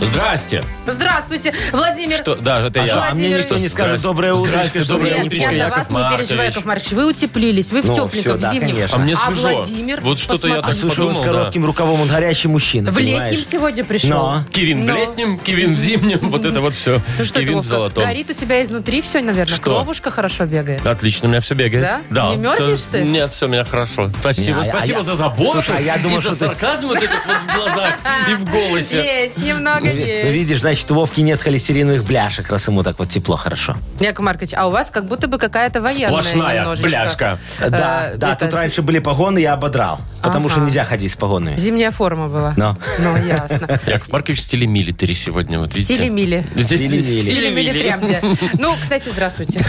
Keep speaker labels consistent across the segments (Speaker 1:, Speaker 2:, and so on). Speaker 1: Здрасте.
Speaker 2: Здравствуйте, Владимир.
Speaker 1: Что? Да, это
Speaker 2: А
Speaker 1: я.
Speaker 2: что, а мне
Speaker 1: Владимир.
Speaker 2: никто
Speaker 3: не скажет
Speaker 1: Здрасте.
Speaker 3: «Доброе утречко»,
Speaker 1: Здрасте,
Speaker 3: что
Speaker 1: доброе
Speaker 3: ли?
Speaker 2: Нет,
Speaker 1: утречко,
Speaker 2: я за
Speaker 1: Яков
Speaker 2: вас не переживаю,
Speaker 1: Маркович.
Speaker 2: Яков Маркович. Вы утеплились, вы в
Speaker 3: Ну,
Speaker 2: тепленьком,
Speaker 3: всё, да,
Speaker 2: в зимних.
Speaker 3: конечно.
Speaker 1: А мне свежо.
Speaker 2: Владимир,
Speaker 1: Вот что-то я
Speaker 2: посмотри.
Speaker 3: А слушай, он
Speaker 1: Подумал,
Speaker 3: с
Speaker 1: да.
Speaker 3: коротким рукавом, он горячий мужчина,
Speaker 2: В
Speaker 3: понимаешь?
Speaker 2: летнем сегодня пришел.
Speaker 3: Но.
Speaker 1: Кивин в
Speaker 2: Ну.
Speaker 1: летнем, Кивин в зимнем, вот это вот все.
Speaker 2: Ну что ты,
Speaker 1: Кивин в
Speaker 2: Вовка,
Speaker 1: золотом.
Speaker 2: горит у тебя изнутри все, наверное.
Speaker 1: Что?
Speaker 2: Кровушка хорошо бегает.
Speaker 1: Отлично, у меня все бегает.
Speaker 2: Да? Не мерзнешь
Speaker 1: Всё-
Speaker 2: ты?
Speaker 1: Нет, все, у меня хорошо. Спасибо,
Speaker 3: Не, а я-
Speaker 1: спасибо
Speaker 3: а я-
Speaker 1: за заботу
Speaker 3: Слушай, а я
Speaker 1: и
Speaker 3: думал,
Speaker 1: за
Speaker 3: что ты-
Speaker 1: сарказм вот этот вот в глазах и в голосе.
Speaker 2: Есть, немного
Speaker 3: Ну,
Speaker 2: есть.
Speaker 3: видишь, значит, у Вовки нет холестериновых бляшек, раз ему так вот тепло хорошо.
Speaker 2: Яков Маркович, а у вас как будто бы какая-то военная
Speaker 1: Сплошная
Speaker 2: немножечко.
Speaker 1: бляшка.
Speaker 2: Э,
Speaker 3: Да, да,
Speaker 2: это
Speaker 3: тут
Speaker 2: с-
Speaker 3: раньше были погоны, я ободрал. Потому
Speaker 2: Ага.
Speaker 3: что нельзя ходить с погонами.
Speaker 2: Зимняя форма была.
Speaker 3: Но.
Speaker 2: Ну, ясно.
Speaker 1: Яков Маркович в стиле милитари сегодня, вот видите.
Speaker 2: Стиле-мили.
Speaker 1: Здесь-
Speaker 3: Стиле-мили.
Speaker 2: Или
Speaker 1: стиле-мили.
Speaker 2: милитрямде. Ну, кстати, здравствуйте.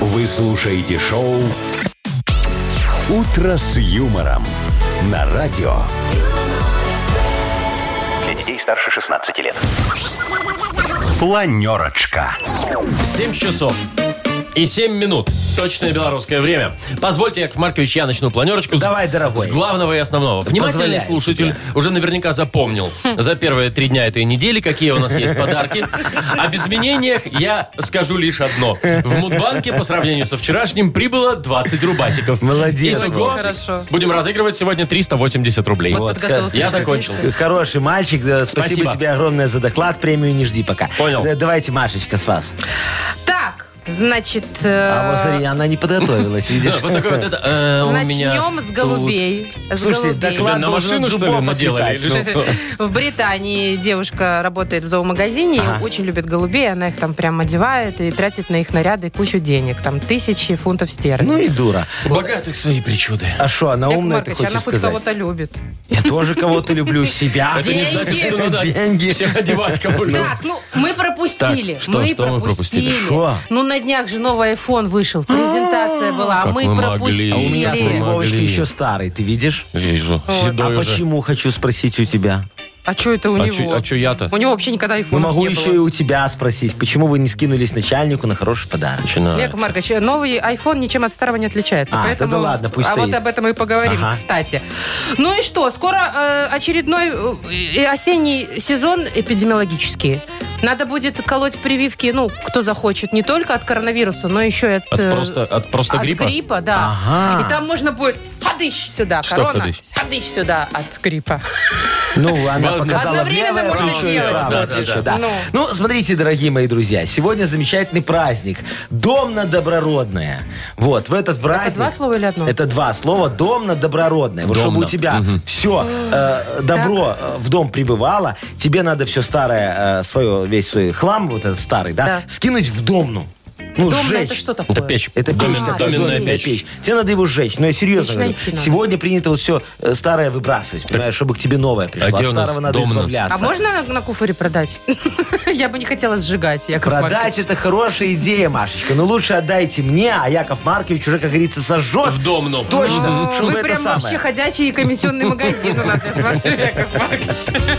Speaker 4: Вы слушаете шоу «Утро с юмором» на радио. Для детей старше 16 лет. Планерочка.
Speaker 1: 7 часов и 7 минут. Точное белорусское время. Позвольте, Яков Маркович, я начну планерочку. с-
Speaker 3: Давай, дорогой.
Speaker 1: С главного и основного. Внимательный
Speaker 3: позволяю
Speaker 1: слушатель уже наверняка запомнил за первые три дня этой недели, какие у нас есть подарки. Об изменениях я скажу лишь одно. В Мудбанке по сравнению со вчерашним прибыло 20 рубасиков.
Speaker 3: Молодец,
Speaker 1: Итого,
Speaker 2: Вов. Хорошо.
Speaker 1: будем разыгрывать сегодня 380 рублей.
Speaker 2: Вот
Speaker 3: Вот,
Speaker 2: подготовился.
Speaker 1: я
Speaker 2: к этой
Speaker 1: закончил.
Speaker 2: мысли.
Speaker 3: Хороший мальчик, да, спасибо,
Speaker 1: Спасибо.
Speaker 3: тебе огромное за доклад, премию не жди пока.
Speaker 1: Понял.
Speaker 3: Да, давайте, Машечка, с вас.
Speaker 2: Так, значит... э,
Speaker 3: А вот смотри, она не подготовилась, видишь?
Speaker 1: Да, Вот такой вот это... э, у меня
Speaker 2: Начнем с
Speaker 1: тут.
Speaker 2: голубей. С
Speaker 3: Слушайте,
Speaker 2: голубей.
Speaker 1: Тебя
Speaker 3: доклад
Speaker 1: на
Speaker 3: должен
Speaker 1: машину,
Speaker 3: от
Speaker 1: что ли,
Speaker 3: зубов
Speaker 1: наделали?
Speaker 3: отлетать,
Speaker 1: или
Speaker 3: ну.
Speaker 1: что?
Speaker 2: В Британии девушка работает в зоомагазине, и очень любит голубей, она их там прям одевает и тратит на их наряды кучу денег, там тысячи фунтов
Speaker 3: Ну
Speaker 2: стерлингов.
Speaker 3: и дура.
Speaker 1: У богатых свои причуды.
Speaker 3: А что,
Speaker 1: Ну,
Speaker 3: она
Speaker 2: Яков
Speaker 3: умная, ты
Speaker 2: Маркович, она
Speaker 3: хочешь
Speaker 2: хоть
Speaker 3: сказать?
Speaker 2: кого-то любит.
Speaker 3: Я тоже кого-то люблю, себя.
Speaker 1: Это не значит, что надо
Speaker 3: Деньги.
Speaker 1: всех одевать кому-либо.
Speaker 2: Так, ну мы пропустили.
Speaker 1: Так, что-
Speaker 2: мы,
Speaker 1: что мы пропустили?
Speaker 2: пропустили.
Speaker 3: Шо?
Speaker 2: Ну на днях же новый iPhone вышел, презентация была, а
Speaker 1: Как
Speaker 2: мы
Speaker 1: вы могли?
Speaker 2: пропустили.
Speaker 1: А у меня
Speaker 3: Я
Speaker 1: Или-
Speaker 3: свой Вовочка
Speaker 1: Могли.
Speaker 3: еще старый, ты видишь?
Speaker 1: Вижу.
Speaker 3: А
Speaker 1: Седой уже.
Speaker 3: почему, хочу спросить у тебя.
Speaker 2: А что это у
Speaker 1: А
Speaker 2: него?
Speaker 1: чё- а чё я-то?
Speaker 2: У него вообще никогда
Speaker 3: Ну,
Speaker 2: iPhone
Speaker 3: могу
Speaker 2: не
Speaker 3: еще и
Speaker 2: было.
Speaker 3: у тебя спросить, почему вы не скинулись начальнику на хороший подарок?
Speaker 1: Начинается.
Speaker 2: Яков Маркович, новый iPhone ничем от старого не отличается.
Speaker 3: А,
Speaker 2: поэтому...
Speaker 3: тогда ладно, пусть
Speaker 2: А вот
Speaker 3: стоит.
Speaker 2: об этом и поговорим,
Speaker 3: Ага.
Speaker 2: кстати. Ну и что, скоро э, очередной э, осенний сезон эпидемиологический. Надо будет колоть прививки, ну, кто захочет, не только от коронавируса, но еще и от...
Speaker 1: От
Speaker 2: э,
Speaker 1: просто, от просто
Speaker 2: от
Speaker 1: гриппа?
Speaker 2: да.
Speaker 3: Ага.
Speaker 2: И там можно будет подыщ сюда,
Speaker 1: Что
Speaker 2: корона,
Speaker 1: подыщ?
Speaker 2: подыщ сюда от гриппа.
Speaker 3: Ну, она
Speaker 1: Ладно.
Speaker 3: показала в
Speaker 2: Одновременно
Speaker 3: левое
Speaker 2: можно
Speaker 3: плечо и
Speaker 2: сделать
Speaker 3: правое
Speaker 1: будет.
Speaker 2: Да,
Speaker 3: плечо, да.
Speaker 2: да, да.
Speaker 3: Ну, смотрите, дорогие мои друзья, сегодня замечательный праздник. Дом на Доброродное. Вот, в этот праздник...
Speaker 2: два слова или одно?
Speaker 3: Это два слова. Дом на Доброродное. Вот чтобы
Speaker 1: Домна.
Speaker 3: у тебя все добро э, в дом прибывало, тебе надо все старое, э, свое, весь свой хлам, вот этот старый,
Speaker 2: Да.
Speaker 3: да, скинуть в домну. Ну,
Speaker 2: Дом,
Speaker 3: сжечь.
Speaker 2: это что такое?
Speaker 1: Это печь.
Speaker 3: Это печь
Speaker 1: Домен-
Speaker 3: такая,
Speaker 1: доменная
Speaker 3: доменная
Speaker 1: печь.
Speaker 3: печь. Тебе надо его сжечь. Но я серьезно
Speaker 2: Печь
Speaker 3: говорю,
Speaker 2: найти надо.
Speaker 3: сегодня принято вот все старое выбрасывать, понимаешь, чтобы к тебе новое пришло.
Speaker 1: А где
Speaker 3: От
Speaker 1: у нас
Speaker 3: старого надо
Speaker 1: домна?
Speaker 2: А
Speaker 3: избавляться.
Speaker 2: можно на, на куфоре продать? Я бы не хотела сжигать, Яков
Speaker 3: Продать
Speaker 2: Маркович.
Speaker 3: это хорошая идея, Машечка. Но лучше отдайте мне, а Яков Маркович уже, как говорится, сожжет.
Speaker 1: В домну.
Speaker 3: Точно,
Speaker 2: Ну,
Speaker 3: чтобы
Speaker 2: Вы
Speaker 3: это
Speaker 2: прям
Speaker 3: самое.
Speaker 2: вообще ходячий комиссионный магазин у нас, я смотрю, Яков Маркович.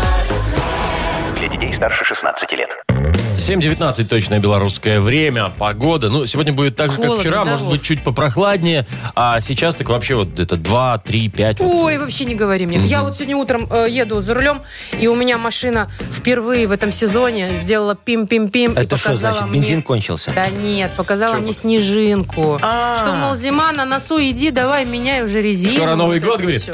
Speaker 4: Для детей старше 16 лет.
Speaker 1: 7.19 Ну. точное белорусское время, погода. Ну, сегодня будет так же, как
Speaker 2: Холодно,
Speaker 1: вчера,
Speaker 2: да,
Speaker 1: может
Speaker 2: Вов?
Speaker 1: быть, чуть попрохладнее. А сейчас так вообще вот это 2, 3, 5.
Speaker 2: Ой, вообще не говори мне. Я вот сегодня утром э, еду за рулем, и у меня машина впервые в этом сезоне сделала пим-пим-пим и
Speaker 3: Это что
Speaker 2: показала
Speaker 3: значит?
Speaker 2: мне...
Speaker 3: Бензин кончился?
Speaker 2: Да нет, показала мне снежинку.
Speaker 3: А.
Speaker 2: Что, мол, зима на носу, иди, давай, меняй уже резину.
Speaker 1: Скоро Новый
Speaker 2: Вот
Speaker 1: год,
Speaker 2: это
Speaker 1: говорит?
Speaker 2: всё.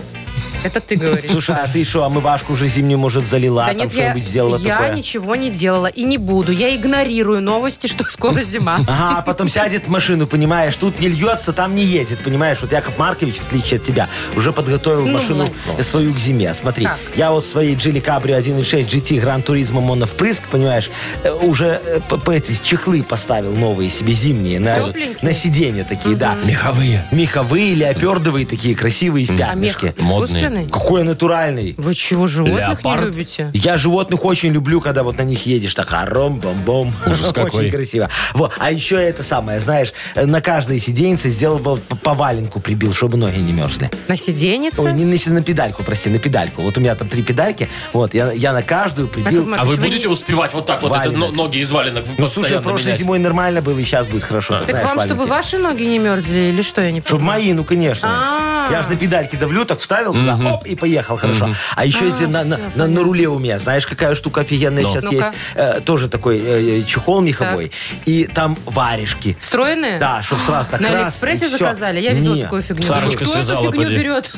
Speaker 2: Это ты говоришь.
Speaker 3: Слушай, а ты что, омывашку уже зимнюю, может, залила,
Speaker 2: Да
Speaker 3: там
Speaker 2: нет, я,
Speaker 3: что-нибудь сделала
Speaker 2: я
Speaker 3: такое?
Speaker 2: ничего не делала и не буду. Я игнорирую новости, что скоро зима.
Speaker 3: Ага, а потом сядет в машину, понимаешь, тут не льется, там не едет, понимаешь. Вот Яков Маркович, в отличие от тебя, уже подготовил
Speaker 2: Ну,
Speaker 3: машину
Speaker 2: молодец.
Speaker 3: свою к зиме. Смотри,
Speaker 2: Так.
Speaker 3: я вот в своей Джили Кабрио 1.6 GT Гран Туризма Моно впрыск понимаешь, э, уже э, п- п- эти чехлы поставил новые себе зимние на,
Speaker 2: Тепленькие?
Speaker 3: на сиденье такие, да.
Speaker 1: Меховые.
Speaker 3: Меховые, леопердовые такие красивые в
Speaker 2: А мех
Speaker 3: пятнышке.
Speaker 1: Модные.
Speaker 2: искусственный?
Speaker 3: Какой натуральный.
Speaker 2: Вы чего, животных
Speaker 1: Леопард.
Speaker 2: не любите?
Speaker 3: Я животных очень люблю, когда вот на них едешь так аром бом бом
Speaker 1: Ужас какой.
Speaker 3: Очень красиво. Вот. А еще это самое, знаешь, э, на каждой сиденьце сделал бы по, по валенку прибил, чтобы ноги не мерзли.
Speaker 2: На сиденьице?
Speaker 3: Ой, не на, си- на педальку, прости, на педальку. Вот у меня там три педальки. Вот, я, я на каждую
Speaker 2: Яков
Speaker 3: прибил.
Speaker 1: А
Speaker 2: Маркович,
Speaker 1: вы будете
Speaker 2: не-
Speaker 1: успевать вот так вот это,
Speaker 3: Валенок.
Speaker 1: но- ноги из валенок
Speaker 3: Ну, слушай, прошлой зимой нормально было, и сейчас будет хорошо. ты
Speaker 2: Так
Speaker 3: знаешь,
Speaker 2: вам, чтобы
Speaker 3: валенки.
Speaker 2: ваши ноги не мерзли или что, я не
Speaker 3: Чтоб
Speaker 2: понимаю?
Speaker 3: мои, ну, конечно.
Speaker 2: А.
Speaker 3: Я же на педальки давлю, так вставил туда, оп, и поехал, хорошо. А еще здесь на, на-
Speaker 2: всё,
Speaker 3: на- на руле у меня, знаешь, какая штука офигенная сейчас
Speaker 2: Ну-ка.
Speaker 3: есть. Э, тоже такой э, э, чехол меховой. И там варежки.
Speaker 2: Встроенные?
Speaker 3: Да, чтобы сразу так
Speaker 2: На
Speaker 3: раз,
Speaker 2: Алиэкспрессе
Speaker 3: и всё.
Speaker 2: заказали? Я видела
Speaker 3: Не.
Speaker 2: такую фигню.
Speaker 1: Сарочка
Speaker 2: Кто эту
Speaker 1: связала,
Speaker 2: фигню
Speaker 1: поди.
Speaker 2: берет?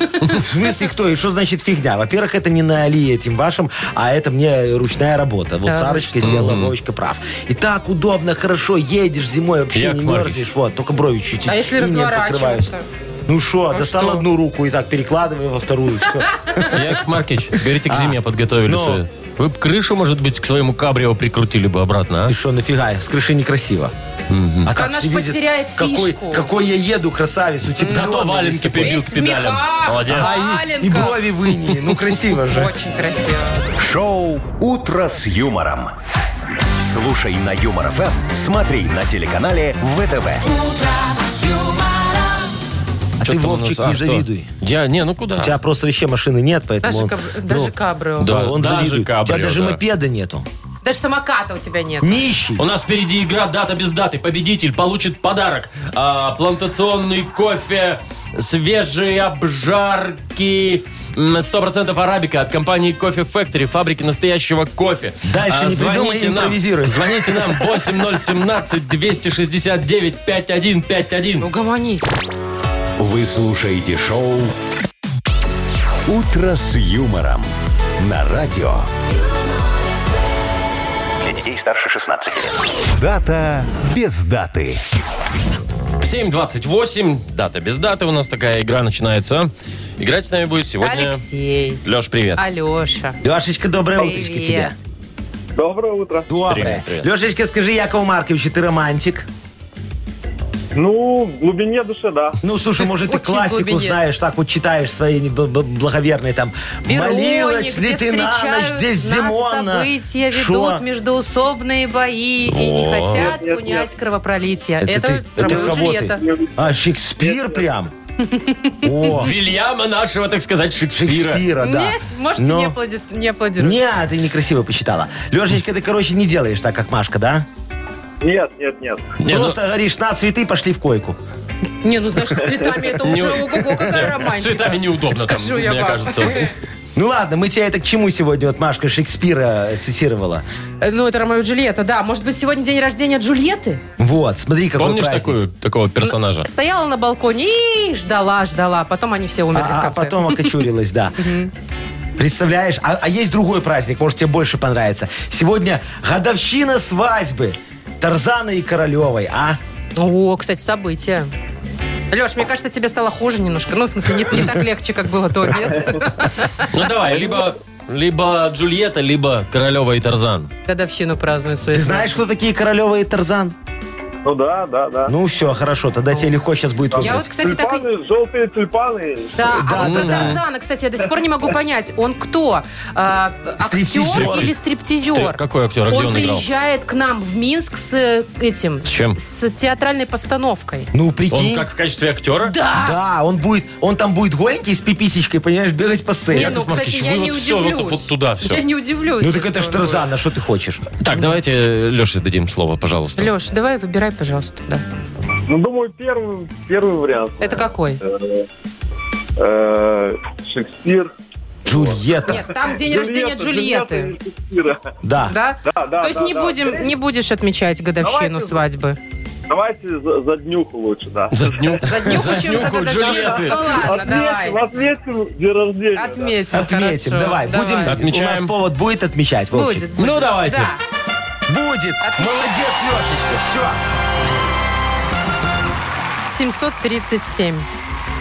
Speaker 3: В смысле кто? И что значит фигня? Во-первых, это не на Али этим вашим, а это мне ручная работа. Вот
Speaker 2: Да,
Speaker 3: Сарочка сделала, Вовочка прав. И так удобно, хорошо, едешь зимой, вообще
Speaker 1: Яков
Speaker 3: не
Speaker 1: Маркович.
Speaker 3: мерзнешь. Вот, только брови чуть-чуть
Speaker 2: А если
Speaker 3: инеем покрываются.
Speaker 2: разворачиваться? А
Speaker 3: Ну что, достал
Speaker 2: что?
Speaker 3: одну руку и так перекладывай во вторую. всё.
Speaker 1: Яков Маркич, говорите, к зиме подготовили
Speaker 3: ну.
Speaker 1: свою. Вы бы крышу, может быть, к своему кабрио прикрутили бы обратно, а?
Speaker 3: Ты Ну что, нафига? С крыши некрасиво. А
Speaker 2: она ж
Speaker 3: все видят,
Speaker 2: потеряет
Speaker 3: какой,
Speaker 2: фишку.
Speaker 3: Какой я еду, красавец. утеплённый
Speaker 1: Зато
Speaker 3: весь
Speaker 1: валенки
Speaker 3: Ну, такой.
Speaker 1: прибил к
Speaker 2: Весь в
Speaker 1: педалям.
Speaker 2: мехах.
Speaker 1: Молодец.
Speaker 3: А, и- и,
Speaker 2: Валенка.
Speaker 3: брови выни. Ну красиво же.
Speaker 2: Очень красиво.
Speaker 4: Шоу «Утро с юмором». Слушай на Юмор ФМ, смотри на телеканале ВТВ.
Speaker 3: А
Speaker 1: Чё
Speaker 3: ты,
Speaker 1: там у нас?
Speaker 3: Вовчик,
Speaker 1: А,
Speaker 3: не
Speaker 1: что?
Speaker 3: завидуй.
Speaker 1: Я, не, ну куда?
Speaker 3: У тебя просто вообще машины нет, поэтому...
Speaker 2: Даже,
Speaker 3: он-
Speaker 2: каб-
Speaker 3: ну,
Speaker 2: даже кабрио.
Speaker 1: да.
Speaker 3: Он
Speaker 1: Даже
Speaker 3: завидует. У
Speaker 1: кабрио,
Speaker 3: тебя даже
Speaker 1: да.
Speaker 3: мопеда нету.
Speaker 2: Даже самоката у тебя нет.
Speaker 3: Нищий.
Speaker 1: У нас впереди игра «Дата без даты». Победитель получит подарок. А, плантационный кофе, свежие обжарки, м, 100% арабика от компании Кофе Factory, фабрики настоящего кофе. А,
Speaker 3: Дальше не придумай,
Speaker 1: звоните нам.
Speaker 3: импровизируй.
Speaker 1: Звоните нам 8017-269-5151.
Speaker 2: Ну, гомонись.
Speaker 4: Вы слушаете шоу «Утро с юмором» на радио. Для детей старше 16 лет. Дата без даты.
Speaker 1: 7.28. Дата без даты у нас такая игра начинается. Играть с нами будет сегодня...
Speaker 2: Алексей,
Speaker 1: Леш, привет.
Speaker 2: А- Алеша.
Speaker 3: Лешечка, доброе
Speaker 2: Привет.
Speaker 3: утречко тебе.
Speaker 5: Доброе утро.
Speaker 3: Доброе.
Speaker 1: Привет, привет.
Speaker 3: Лешечка, скажи, Якову Марковичу, ты романтик?
Speaker 5: Ну, в глубине души, да.
Speaker 3: Ну, слушай, может, ты
Speaker 2: Очень
Speaker 3: классику
Speaker 2: глубине.
Speaker 3: знаешь, так вот читаешь свои неб- б- благоверные там.
Speaker 2: Вероник,
Speaker 3: Молилась ли
Speaker 2: где
Speaker 3: ты на
Speaker 2: встречают
Speaker 3: ночь Дездемона?
Speaker 2: Нас события ведут
Speaker 3: Шо?
Speaker 2: междоусобные бои и не
Speaker 1: О.
Speaker 2: хотят
Speaker 5: Нет, нет,
Speaker 2: унять кровопролитие.
Speaker 3: Это
Speaker 2: Это,
Speaker 3: ты- это
Speaker 2: Ромео и
Speaker 3: кого ты?
Speaker 2: Джульетта.
Speaker 3: А, Шекспир прям? О,
Speaker 1: Вильяма нашего, так сказать, Шекспира.
Speaker 3: Шекспира, да.
Speaker 2: Не, можете
Speaker 3: Но-
Speaker 2: не, аплодис- не аплодировать.
Speaker 3: Не, ты некрасиво посчитала. Лешечка, ты, короче, не делаешь так, как Машка, да?
Speaker 5: Нет, нет, нет.
Speaker 1: Не, ну,
Speaker 3: Просто говоришь, на цветы, пошли в койку.
Speaker 2: Не, ну знаешь, с цветами это уже ого-го, какая
Speaker 1: С
Speaker 2: романтика.
Speaker 1: цветами неудобно там,
Speaker 2: Скажу я
Speaker 1: мне
Speaker 2: вам.
Speaker 1: кажется.
Speaker 3: Ну ладно, мы тебя это к чему сегодня вот Машка Шекспира цитировала.
Speaker 2: Э, Ну, это Ромео и Джульетта, да. Может быть, сегодня день рождения Джульетты?
Speaker 3: Вот, смотри, какой
Speaker 1: Помнишь
Speaker 3: праздник.
Speaker 1: такую, такого персонажа?
Speaker 2: Стояла на балконе и ждала, ждала. Потом они все умерли в
Speaker 3: А, а
Speaker 2: конце.
Speaker 3: потом окочурилась, да. Представляешь? А, а есть другой праздник, может, тебе больше понравится. Сегодня годовщина свадьбы Тарзана и Королевой, а?
Speaker 2: О, кстати, событие. Леш, мне кажется, тебе стало хуже немножко. Ну, в смысле, не, не так легче, как было то, нет?
Speaker 1: Ну давай, либо, либо Джульетта, либо Королева и Тарзан.
Speaker 2: Годовщину празднуют свою.
Speaker 3: Ты знаешь, кто такие Королева и Тарзан?
Speaker 5: Ну да, да, да.
Speaker 3: Ну все, хорошо, тогда тебе легко сейчас будет
Speaker 2: Я
Speaker 3: выбрать.
Speaker 2: вот, кстати, так... и-
Speaker 5: тюльпаны, желтые тюльпаны.
Speaker 2: Да,
Speaker 3: Да,
Speaker 2: а вот
Speaker 3: да,
Speaker 2: про
Speaker 3: да.
Speaker 2: Тарзана, кстати, я до сих пор не могу понять, он кто? А,
Speaker 3: Стриптизер.
Speaker 2: актер или стриптизер?
Speaker 1: Стрип- какой актер? А где
Speaker 2: Он
Speaker 1: он играл?
Speaker 2: приезжает к нам в Минск с э, этим...
Speaker 1: С чем?
Speaker 2: С театральной постановкой.
Speaker 3: Ну, прикинь.
Speaker 1: Он как в качестве актера?
Speaker 2: Да!
Speaker 3: Да, он будет, он там будет голенький с пиписечкой, понимаешь, бегать по сцене.
Speaker 2: Не, ну,
Speaker 1: Яков
Speaker 2: кстати,
Speaker 1: Маркович,
Speaker 2: я
Speaker 1: вы
Speaker 2: не
Speaker 1: вот всё,
Speaker 2: удивлюсь.
Speaker 1: вот- вот туда всё.
Speaker 2: Я не удивлюсь.
Speaker 3: Ну так это ж Тарзан, а что ты хочешь?
Speaker 1: Так, давайте Леше дадим слово, пожалуйста.
Speaker 2: Леш, давай выбирай, пожалуйста. да.
Speaker 5: Ну, думаю, первый, первый вариант.
Speaker 2: Это какой?
Speaker 5: Э, э, Шекспир.
Speaker 3: Джульетта.
Speaker 2: Нет, там день рождения
Speaker 5: Джульетта,
Speaker 2: Джульетты.
Speaker 5: Джульетта и Шекспира.
Speaker 3: Да.
Speaker 2: Да?
Speaker 5: Да, да,
Speaker 2: То есть
Speaker 5: да,
Speaker 2: не,
Speaker 5: да.
Speaker 2: будем, не будешь отмечать годовщину
Speaker 5: Давайте.
Speaker 2: свадьбы?
Speaker 5: Давайте за, за днюху лучше, да.
Speaker 1: За дню.
Speaker 2: За днюху, чем за
Speaker 1: днюху
Speaker 2: годовщину?
Speaker 1: Джульетты.
Speaker 2: Ну ладно,
Speaker 5: Отметим,
Speaker 2: давай.
Speaker 5: отметим день рождения. да.
Speaker 2: Отметим,
Speaker 3: Отметим,
Speaker 2: Ну, хорошо.
Speaker 3: давай, будем.
Speaker 1: Отмечаем.
Speaker 3: У нас повод будет отмечать, Вовчик?
Speaker 2: Будет, будет.
Speaker 1: Ну, давайте.
Speaker 2: Да.
Speaker 3: Будет.
Speaker 2: Отмечаем.
Speaker 3: Молодец, Лешечка, все.
Speaker 2: 737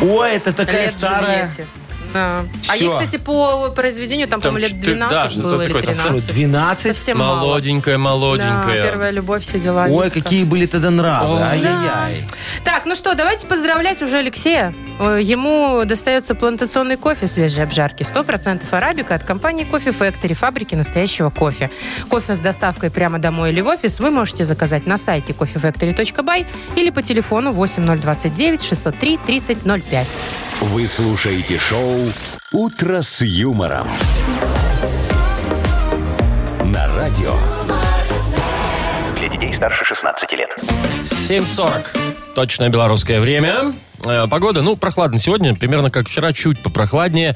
Speaker 3: Ой, это такая
Speaker 2: лет
Speaker 3: старая.
Speaker 2: Джульетте. Да. А
Speaker 3: Всё.
Speaker 2: я, кстати, по произведению, там,
Speaker 1: Там
Speaker 2: по-моему, лет
Speaker 1: четы- да,
Speaker 2: 12
Speaker 1: что-то
Speaker 2: было или
Speaker 1: такое, там
Speaker 2: 13.
Speaker 3: 12?
Speaker 2: Совсем мало.
Speaker 1: Молоденькая,
Speaker 2: Да,
Speaker 1: молоденькая.
Speaker 2: первая любовь, все дела.
Speaker 3: Ой,
Speaker 2: Митька.
Speaker 3: какие были тогда нравы.
Speaker 1: Да.
Speaker 3: Ай-яй-яй.
Speaker 2: Так, ну что, давайте поздравлять уже Алексея. Э, Ему достается плантационный кофе свежей обжарки. 100% арабика от компании Кофе Factory, фабрики настоящего кофе. Кофе с доставкой прямо домой или в офис вы можете заказать на сайте coffeefactory.by или по телефону 8029 603 3005.
Speaker 4: Вы слушаете шоу «Утро с юмором». На радио. Для детей старше 16 лет.
Speaker 1: 7.40. Точное белорусское время. Э, Погода, ну, прохладно сегодня, примерно как вчера, чуть попрохладнее.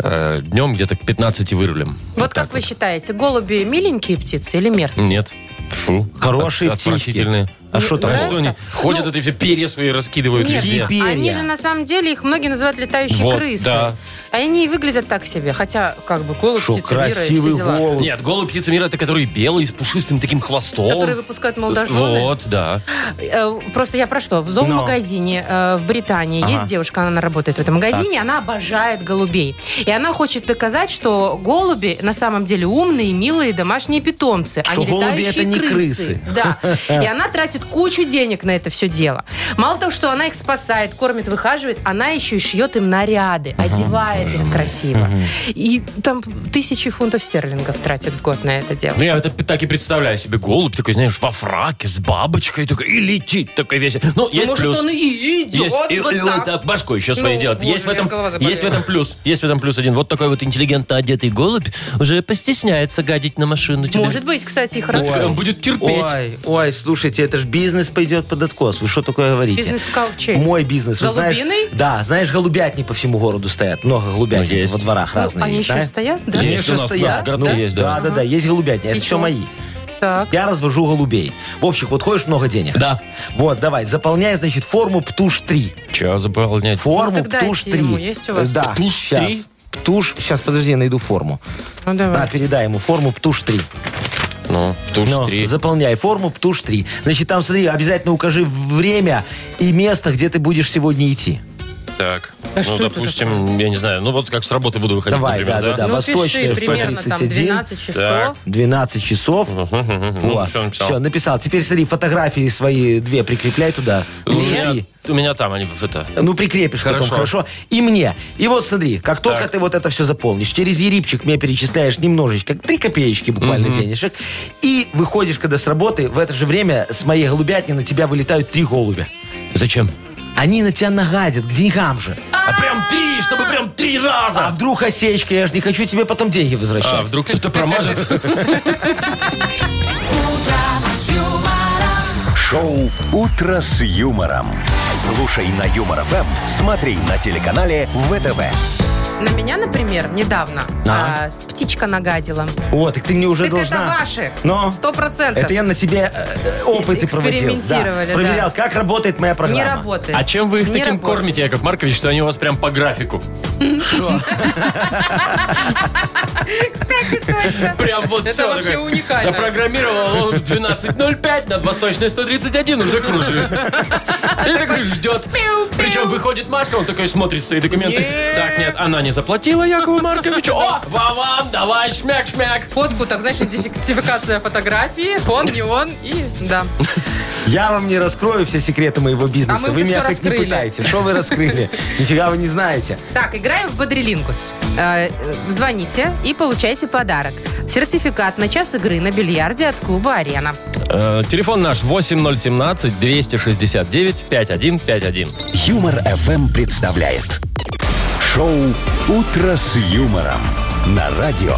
Speaker 1: Э, Днем где-то к 15 вырулим.
Speaker 2: Вот как вы считаете, голуби миленькие птицы или мерзкие?
Speaker 1: Нет. Фу.
Speaker 3: Хорошие
Speaker 1: От-
Speaker 3: птички.
Speaker 1: Отвратительные.
Speaker 3: А что там?
Speaker 1: А
Speaker 2: Нравится?
Speaker 1: что они ходят,
Speaker 2: Ну,
Speaker 1: это все перья свои раскидывают
Speaker 2: Нет,
Speaker 1: Ну, везде.
Speaker 3: Теперь
Speaker 2: они
Speaker 3: я.
Speaker 2: же на самом деле, их многие называют летающие
Speaker 1: Вот,
Speaker 2: крысы.
Speaker 1: да.
Speaker 2: А они и выглядят так себе. Хотя, как бы, голубь,
Speaker 3: Что,
Speaker 2: птица, мира и все
Speaker 3: красивый
Speaker 2: дела.
Speaker 3: голубь.
Speaker 1: Нет, голубь птица мира, это который белый, с пушистым таким хвостом.
Speaker 2: Которые выпускают молодожены.
Speaker 1: Вот, да.
Speaker 2: Э, Просто я про что? В зоомагазине э, в Британии есть девушка, она работает в этом магазине, она обожает голубей. И она хочет доказать, что голуби на самом деле умные, милые домашние питомцы, а
Speaker 3: Что
Speaker 2: не
Speaker 3: голуби
Speaker 2: летающие
Speaker 3: это не крысы.
Speaker 2: Да. И она тратит кучу денег на это все дело. Мало того, что она их спасает, кормит, выхаживает, она еще и шьет им наряды, одевает их красиво. И там тысячи фунтов стерлингов тратит в год на это дело.
Speaker 1: Ну, я это п- так и представляю себе. Голубь такой, знаешь, во фраке, с бабочкой такой, и летит такой весь. Ну, есть
Speaker 2: Может,
Speaker 1: плюс.
Speaker 2: он и идет
Speaker 1: Есть, и,
Speaker 2: вот
Speaker 1: и
Speaker 2: так.
Speaker 1: вот так башкой еще свои
Speaker 2: Ну,
Speaker 1: делает.
Speaker 2: боже,
Speaker 1: есть, в
Speaker 2: у меня
Speaker 1: этом,
Speaker 2: аж голова заболела.
Speaker 1: есть в этом плюс. Есть в этом плюс один. Вот такой вот интеллигентно одетый голубь уже постесняется гадить на машину тебе.
Speaker 2: Может быть, кстати, и хорошо.
Speaker 1: Ой. Он будет терпеть.
Speaker 3: Ой, ой, слушайте, это же бизнес пойдет под откос. Вы что такое говорите?
Speaker 2: Бизнес в кауче.
Speaker 3: Мой бизнес. вот знаешь-
Speaker 2: Голубиный?
Speaker 3: да, знаешь, голубятни по всему городу стоят. Много
Speaker 1: Ну,
Speaker 3: голубятни
Speaker 1: есть.
Speaker 3: во дворах
Speaker 2: Ну,
Speaker 3: разные.
Speaker 2: они
Speaker 3: есть,
Speaker 2: еще
Speaker 3: да?
Speaker 2: стоят, да?
Speaker 1: Есть.
Speaker 3: Конечно,
Speaker 1: у нас- у нас
Speaker 3: стоят. Ну,
Speaker 1: в городке есть, да.
Speaker 3: Да, да, да, есть голубятни. Это все
Speaker 2: чё?
Speaker 3: мои.
Speaker 2: Так.
Speaker 3: Я развожу голубей. Вовчик, вот хочешь много денег?
Speaker 1: Да.
Speaker 3: Вот, давай, заполняй, значит, форму Птуш-3.
Speaker 1: Че заполнять?
Speaker 3: Форму
Speaker 2: Ну, тогда
Speaker 3: Птуш-3.
Speaker 2: эти ему есть у вас?
Speaker 3: Да,
Speaker 1: Птуш-3?
Speaker 3: щас. Птуш, сейчас, подожди, я найду форму.
Speaker 2: Ну,
Speaker 3: Да,
Speaker 2: давай.
Speaker 3: передай ему форму Птуш-3.
Speaker 1: Ну, туш
Speaker 3: Ну,
Speaker 1: три.
Speaker 3: заполняй форму ПТУШ-3. Значит, там, смотри, обязательно укажи время и место, где ты будешь сегодня идти.
Speaker 1: Так.
Speaker 2: А что
Speaker 1: ну,
Speaker 2: это
Speaker 1: допустим, я не знаю, ну вот как с работы буду выходить,
Speaker 3: Давай,
Speaker 1: например,
Speaker 3: да, да,
Speaker 2: Ну,
Speaker 3: Восточная,
Speaker 2: пиши примерно там
Speaker 3: 131.
Speaker 2: 12 часов.
Speaker 1: Так.
Speaker 3: 12 часов.
Speaker 1: Ну, всё написал.
Speaker 3: Все, написал. Теперь смотри, фотографии свои две прикрепляй туда.
Speaker 1: У
Speaker 3: Две,
Speaker 1: меня,
Speaker 3: три.
Speaker 1: А у меня там они в это.
Speaker 3: Ну, прикрепишь
Speaker 1: Хорошо.
Speaker 3: потом, хорошо? И мне. И вот смотри, как только
Speaker 1: Так.
Speaker 3: ты вот это все заполнишь, через Ерипчик мне перечисляешь немножечко, три копеечки буквально денежек, и выходишь, когда с работы, в это же время с моей голубятни на тебя вылетают три голубя.
Speaker 1: Зачем?
Speaker 3: Они на тебя нагадят, к деньгам же.
Speaker 1: А прям три, чтобы прям три
Speaker 3: А
Speaker 1: раза.
Speaker 3: вдруг осечка, я же не хочу тебе потом деньги возвращать.
Speaker 1: А вдруг кто-то промажет?
Speaker 4: Шоу «Утро с юмором». Слушай на Юмор ФМ, смотри на телеканале ВТВ.
Speaker 2: На меня, например, недавно
Speaker 3: Да.
Speaker 2: а, с- птичка нагадила.
Speaker 1: А.
Speaker 3: О, так ты мне уже
Speaker 2: Так это
Speaker 3: должна.
Speaker 2: ваши.
Speaker 3: Но.
Speaker 2: Сто процентов.
Speaker 3: Это я на тебе э, э, опыты проводил.
Speaker 2: Экспериментировали, да.
Speaker 3: Проверял, как работает моя программа.
Speaker 2: Не работает.
Speaker 1: А чем вы их
Speaker 2: Не
Speaker 1: таким
Speaker 2: работает.
Speaker 1: кормите, Яков Маркович, что они у вас прям по графику?
Speaker 2: Кстати, точно.
Speaker 1: Прям вот
Speaker 2: Это
Speaker 1: все.
Speaker 2: вообще уникально.
Speaker 1: Запрограммировал он в 12.05 над Восточной 131 уже кружит. И такой ждет. Причем выходит Машка, он такой смотрит свои документы.
Speaker 2: Нет.
Speaker 1: Так, нет, она не заплатила Якову Марковичу. О, Вован, давай, шмяк-шмяк.
Speaker 2: Фотку, так знаешь, идентификация фотографии. Он, не он. И да.
Speaker 3: Я вам не раскрою все секреты моего
Speaker 2: А
Speaker 3: бизнеса.
Speaker 2: мы
Speaker 3: вы
Speaker 2: уже
Speaker 3: меня
Speaker 2: всё
Speaker 3: как
Speaker 2: раскрыли.
Speaker 3: не пытаете. Что вы раскрыли? Нифига вы не знаете.
Speaker 2: Так, играем в Бодрилингус. Э, э, Звоните и получайте подарок. Сертификат на час игры на бильярде от клуба «Арена».
Speaker 1: Э, Телефон наш 8017 269 5151.
Speaker 4: Юмор ФМ представляет. Шоу «Утро с юмором» на радио.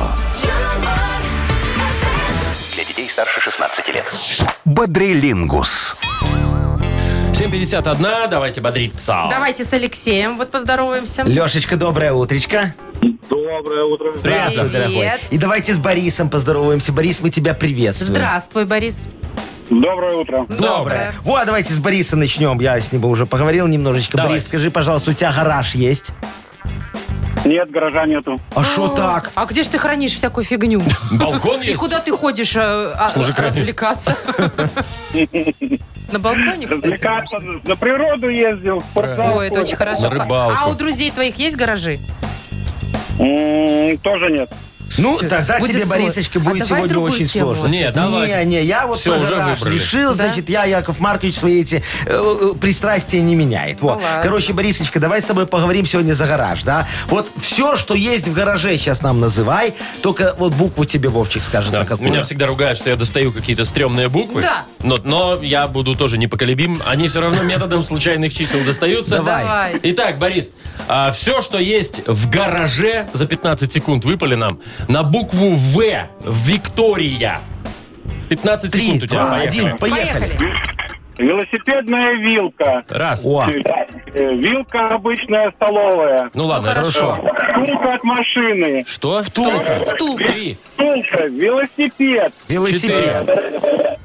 Speaker 4: Для детей старше 16 лет. Бодрилингус.
Speaker 1: 751, давайте
Speaker 3: А.
Speaker 1: бодриться.
Speaker 2: Давайте с Алексеем вот поздороваемся.
Speaker 3: Лешечка, доброе утречко.
Speaker 5: Доброе утро.
Speaker 3: Здравствуй,
Speaker 2: Привет.
Speaker 3: дорогой. И давайте с Борисом поздороваемся. Борис, мы тебя приветствуем.
Speaker 2: Здравствуй, Борис.
Speaker 5: Доброе утро.
Speaker 3: Доброе. Вот, давайте с Бориса начнем. Я с ним уже поговорил немножечко.
Speaker 1: Давай.
Speaker 3: Борис, скажи, пожалуйста, у тебя гараж есть?
Speaker 5: Нет, гаража нету.
Speaker 3: А что так?
Speaker 2: А где же ты хранишь всякую фигню?
Speaker 1: Балкон
Speaker 2: И
Speaker 1: есть?
Speaker 2: куда ты ходишь э, а-
Speaker 1: мужиками.
Speaker 2: развлекаться? На балконе, кстати.
Speaker 5: Развлекаться, на природу ездил, в спортзал.
Speaker 2: Ой, это очень хорошо.
Speaker 1: На рыбалку.
Speaker 2: А у друзей твоих есть гаражи?
Speaker 5: М, Тоже нет.
Speaker 3: Ну,
Speaker 2: Всё,
Speaker 3: тогда
Speaker 2: будет
Speaker 3: тебе,
Speaker 2: сложно.
Speaker 3: Борисочка,
Speaker 2: А
Speaker 3: будет
Speaker 2: давай
Speaker 3: сегодня
Speaker 2: другую
Speaker 3: очень
Speaker 2: тему.
Speaker 3: сложно.
Speaker 1: Не, давай.
Speaker 3: Не, не, я вот
Speaker 1: Всё,
Speaker 3: про
Speaker 1: уже
Speaker 3: гараж
Speaker 1: выбрали.
Speaker 3: решил,
Speaker 2: Да?
Speaker 3: значит, я, Яков Маркович, свои эти э, э, пристрастия не меняет. Вот.
Speaker 2: Ну ладно.
Speaker 3: Короче, Борисочка, давай с тобой поговорим сегодня за гараж, да? Вот все, что есть в гараже, сейчас нам называй, только вот букву тебе Вовчик скажет,
Speaker 1: Да,
Speaker 3: на какую.
Speaker 1: Меня всегда ругают, что я достаю какие-то стрёмные буквы.
Speaker 2: Да.
Speaker 1: Но, но я буду тоже непоколебим. Они все равно методом случайных чисел достаются.
Speaker 3: Давай.
Speaker 2: Давай.
Speaker 1: Итак, Борис, все, что есть в гараже, за 15 секунд выпали нам, на букву «В» «Виктория». 15
Speaker 3: Три,
Speaker 1: секунд у тебя,
Speaker 3: два,
Speaker 1: поехали.
Speaker 3: один, поехали.
Speaker 2: Поехали.
Speaker 5: Велосипедная вилка.
Speaker 1: Раз.
Speaker 3: О,
Speaker 5: Э, Вилка обычная столовая.
Speaker 1: Ну ладно,
Speaker 2: хорошо.
Speaker 1: хорошо.
Speaker 5: Штука от машины.
Speaker 1: Что?
Speaker 3: Втулка.
Speaker 2: Втулка.
Speaker 1: Три,
Speaker 5: Штука, велосипед.
Speaker 3: велосипед.
Speaker 1: четыре.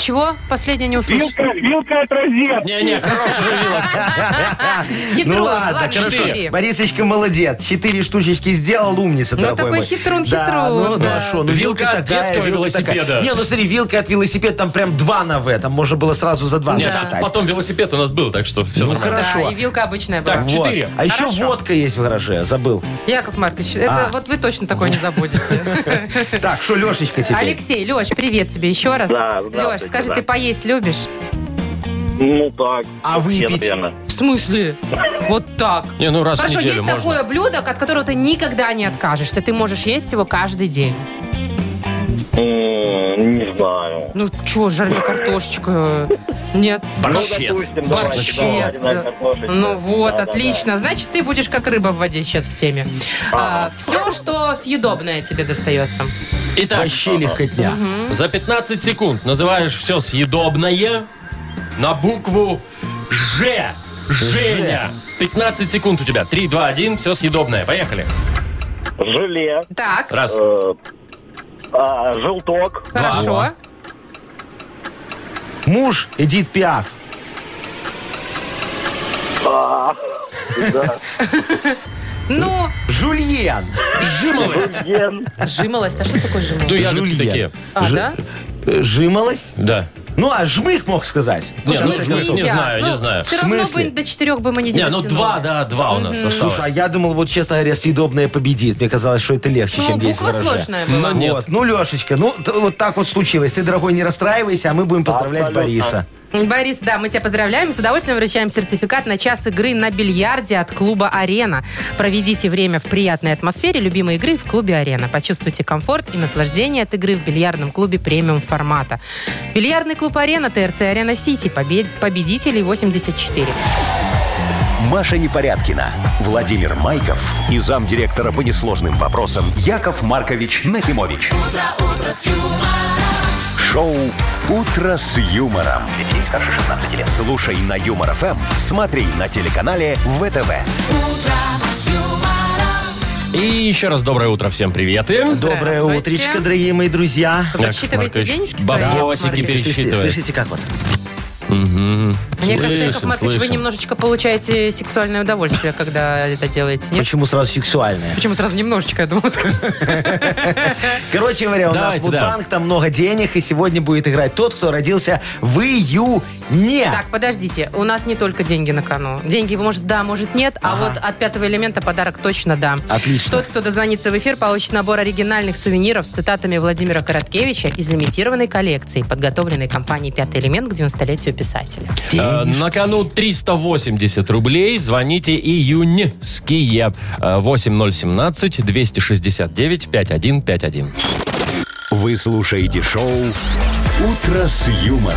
Speaker 2: Чего? Последнее не услышал.
Speaker 5: Вилка, вилка от розетки.
Speaker 1: Не-не, хороший же вилок.
Speaker 2: Ядро.
Speaker 3: Ну ладно, хорошо.
Speaker 2: четыре.
Speaker 3: Борисочка молодец. Четыре штучечки сделал, умница,
Speaker 2: Ну,
Speaker 3: дорогой
Speaker 2: такой
Speaker 3: мой.
Speaker 2: хитрун,
Speaker 3: Да,
Speaker 2: хитрун,
Speaker 3: ну, ну,
Speaker 2: да.
Speaker 3: а шо, ну,
Speaker 1: Вилка от
Speaker 3: такая,
Speaker 1: детского
Speaker 3: вилка такая.
Speaker 1: велосипеда.
Speaker 3: Не, ну смотри, вилка от велосипеда, там прям два на В, там можно было сразу за два
Speaker 1: Нет, А
Speaker 3: насчитать.
Speaker 1: потом велосипед у нас был, так что все
Speaker 3: Ну,
Speaker 1: нормально.
Speaker 2: Да,
Speaker 3: хорошо.
Speaker 2: и вилка обычная была.
Speaker 1: Так,
Speaker 3: Вот.
Speaker 1: Четыре.
Speaker 3: А еще водка есть в гараже, забыл.
Speaker 2: Яков Маркович, это
Speaker 3: А.
Speaker 2: вот вы точно такое не забудете.
Speaker 3: Так, что, Лешечка теперь?
Speaker 2: Алексей, Леш, привет тебе еще раз.
Speaker 6: Да,
Speaker 2: Леш,
Speaker 6: здравствуйте,
Speaker 2: скажи,
Speaker 6: да.
Speaker 2: ты поесть любишь?
Speaker 6: Ну так.
Speaker 3: А
Speaker 6: Все,
Speaker 3: выпить?
Speaker 6: наверное.
Speaker 2: В смысле? Вот так.
Speaker 1: Не, ну раз в
Speaker 2: Хорошо,
Speaker 1: неделю
Speaker 2: есть
Speaker 1: можно.
Speaker 2: такое блюдо, от которого ты никогда не откажешься. Ты можешь есть его каждый день.
Speaker 6: М, э, Не знаю.
Speaker 2: Ну, чё, жареная картошечка? Нет.
Speaker 1: Борщец.
Speaker 6: Ну, допустим,
Speaker 1: Борщец.
Speaker 6: давайте,
Speaker 2: Борщец,
Speaker 6: да,
Speaker 2: да.
Speaker 6: картошечка.
Speaker 2: Ну вот,
Speaker 6: Да-да-да.
Speaker 2: отлично. Значит, ты будешь как рыба в воде сейчас в теме.
Speaker 3: А.
Speaker 2: все, что съедобное тебе достается.
Speaker 1: Итак,
Speaker 3: Вообще легкотня.
Speaker 1: за 15 секунд называешь все съедобное на букву Ж. Женя. 15 секунд у тебя. 3, 2, 1, все съедобное. Поехали.
Speaker 6: Желе.
Speaker 2: Так,
Speaker 1: Раз.
Speaker 6: э, а, Желток.
Speaker 2: хорошо.
Speaker 3: Муж Эдит Пиаф.
Speaker 2: Ну,
Speaker 3: Жульен.
Speaker 1: Жимолость.
Speaker 6: Ген.
Speaker 2: жимолость. А что
Speaker 1: Ну,
Speaker 2: такое жимолость?
Speaker 1: ягодки
Speaker 3: Жульен.
Speaker 1: такие.
Speaker 2: А,
Speaker 3: Ж-
Speaker 2: да?
Speaker 3: э, Жимолость?
Speaker 1: Да.
Speaker 3: Ну, а жмых мог сказать.
Speaker 1: Не,
Speaker 2: Слушай,
Speaker 1: ну,
Speaker 2: мы же
Speaker 1: не,
Speaker 2: едят.
Speaker 1: знаю, не
Speaker 2: Ну,
Speaker 1: знаю.
Speaker 2: Все
Speaker 3: В
Speaker 2: равно бы
Speaker 3: смысле?
Speaker 2: до четырех бы мы не
Speaker 1: Не, ну
Speaker 2: дотянули.
Speaker 1: два, да, два у нас осталось.
Speaker 3: Слушай, а я думал, вот, честно говоря, съедобное победит. Мне казалось, что это легче,
Speaker 2: Ну,
Speaker 3: чем есть в
Speaker 2: буква
Speaker 3: гараже.
Speaker 2: сложная
Speaker 1: Ну,
Speaker 2: была.
Speaker 1: нет.
Speaker 3: Вот. Ну, Лешечка, ну, т- вот так вот случилось. Ты, дорогой, не расстраивайся, а мы будем поздравлять
Speaker 6: Абсолютно.
Speaker 3: Бориса.
Speaker 2: Борис, да, мы тебя поздравляем. С удовольствием вручаем сертификат на час игры на бильярде от клуба «Арена». Проведите время в приятной атмосфере любимой игры в клубе «Арена». Почувствуйте комфорт и наслаждение от игры в бильярдном клубе премиум формата. Бильярдный клуб «Арена», ТРЦ «Арена Сити», побед- победителей 84.
Speaker 4: Маша Непорядкина, Владимир Майков и замдиректора по несложным вопросам Яков Маркович Нахимович. Шоу Утро с юмором. Для детей старше 16 лет. Слушай на юмор ФМ, смотри на телеканале ВТВ.
Speaker 1: И еще раз доброе утро, всем привет. И...
Speaker 3: Доброе
Speaker 2: Здравствуйте.
Speaker 3: утречко, дорогие мои друзья.
Speaker 2: Вы подсчитываете
Speaker 1: Маркович,
Speaker 2: денежки свои? Яков
Speaker 1: бабосики
Speaker 2: Маркович?
Speaker 1: перед-
Speaker 3: Слышите,
Speaker 1: пересчитывает.
Speaker 3: слышите, как вот?
Speaker 2: Мне кажется, Яков
Speaker 1: Слышим,
Speaker 2: Маркович, вы
Speaker 1: слышим.
Speaker 2: немножечко получаете сексуальное удовольствие, когда это делаете, нет?
Speaker 3: Почему сразу сексуальное?
Speaker 2: Почему сразу немножечко, я думала, скажете.
Speaker 3: Короче говоря, у
Speaker 1: Давайте,
Speaker 3: нас
Speaker 1: да.
Speaker 3: Мудбанк, там много денег, и сегодня будет играть тот, кто родился в июне.
Speaker 2: Так, подождите, у нас не только деньги на кону. Деньги, может, да, может, нет, а вот от пятого элемента подарок точно да.
Speaker 3: Отлично.
Speaker 2: Тот, кто дозвонится в эфир, получит набор оригинальных сувениров с цитатами Владимира Короткевича из лимитированной коллекции, подготовленной компанией «Пятый элемент» к 90-летию писателя.
Speaker 1: Э, На кону 380 рублей. Звоните июньские. Э, 8017-269-5151.
Speaker 4: Вы слушаете шоу Утро с юмором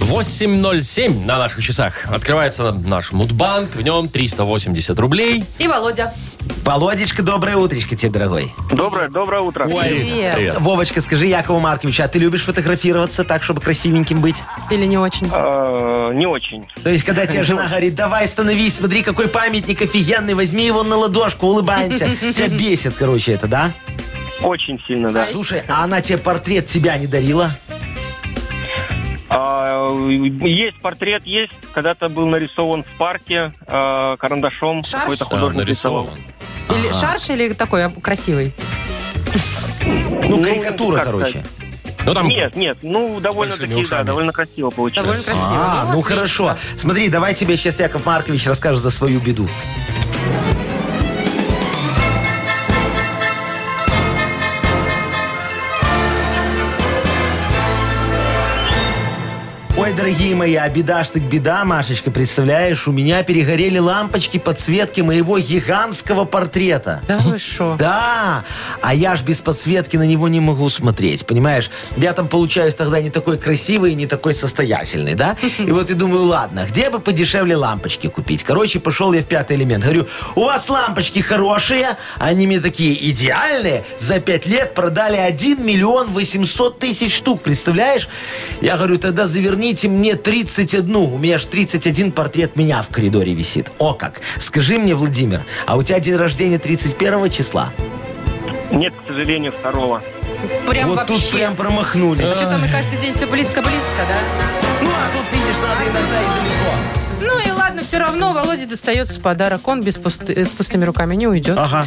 Speaker 1: 8.07 на наших часах. Открывается наш мудбанк. В нем 380 рублей.
Speaker 2: И Володя.
Speaker 3: Володечка, доброе утречко тебе, дорогой.
Speaker 5: Доброе, доброе утро.
Speaker 2: Привет.
Speaker 1: Привет.
Speaker 3: Вовочка, скажи Якову Марковичу, а ты любишь фотографироваться так, чтобы красивеньким быть?
Speaker 2: Или не очень?
Speaker 3: А.
Speaker 5: Э, Не очень.
Speaker 3: То есть, когда тебе жена говорит, давай, становись, смотри, какой памятник офигенный, возьми его на ладошку, улыбаемся. Тебя бесит, короче, это, да?
Speaker 5: Очень сильно, да.
Speaker 3: Слушай, а она тебе портрет тебя не дарила?
Speaker 5: А, Есть портрет, есть. Когда-то был нарисован в парке а, карандашом.
Speaker 2: Шарф?
Speaker 5: Какой-то
Speaker 1: Да,
Speaker 5: художник рисовал.
Speaker 1: нарисован.
Speaker 2: Или шарш, или такой а, красивый?
Speaker 3: Ну, карикатура,
Speaker 5: как
Speaker 3: короче.
Speaker 1: Ну, там...
Speaker 5: Нет, нет, ну
Speaker 1: большими
Speaker 5: довольно-таки, да,
Speaker 1: ушами.
Speaker 5: довольно красиво получилось.
Speaker 2: Довольно красиво.
Speaker 3: А, ну
Speaker 2: отлично.
Speaker 3: хорошо. Смотри, давай тебе сейчас Яков Маркович расскажет за свою беду. Ой, дорогие мои, а беда ж так беда, Машечка, представляешь, у меня перегорели лампочки подсветки моего гигантского портрета.
Speaker 2: Да вы шо?
Speaker 3: Да, а я ж без подсветки на него не могу смотреть, понимаешь? Я там получаюсь тогда не такой красивый и не такой состоятельный, да? И вот и думаю, ладно, где бы подешевле лампочки купить? Короче, пошел я в пятый элемент. Говорю, у вас лампочки хорошие, они мне такие идеальные. За пять лет продали 1 миллион 800 тысяч штук, представляешь? Я говорю, тогда заверните мне 31. У меня ж 31 портрет меня в коридоре висит. О как! Скажи мне, Владимир, а у тебя день рождения 31 числа?
Speaker 5: Нет, к сожалению, второго.
Speaker 2: Прям
Speaker 3: вот
Speaker 2: вообще.
Speaker 3: тут прям промахнулись.
Speaker 2: Что-то мы каждый день все близко-близко, да?
Speaker 3: Ну, а тут, видишь, надо иногда и далеко.
Speaker 2: Ну и ладно, все равно Володе достается подарок. Он без пусты- э, с пустыми руками не уйдет.
Speaker 3: Ага.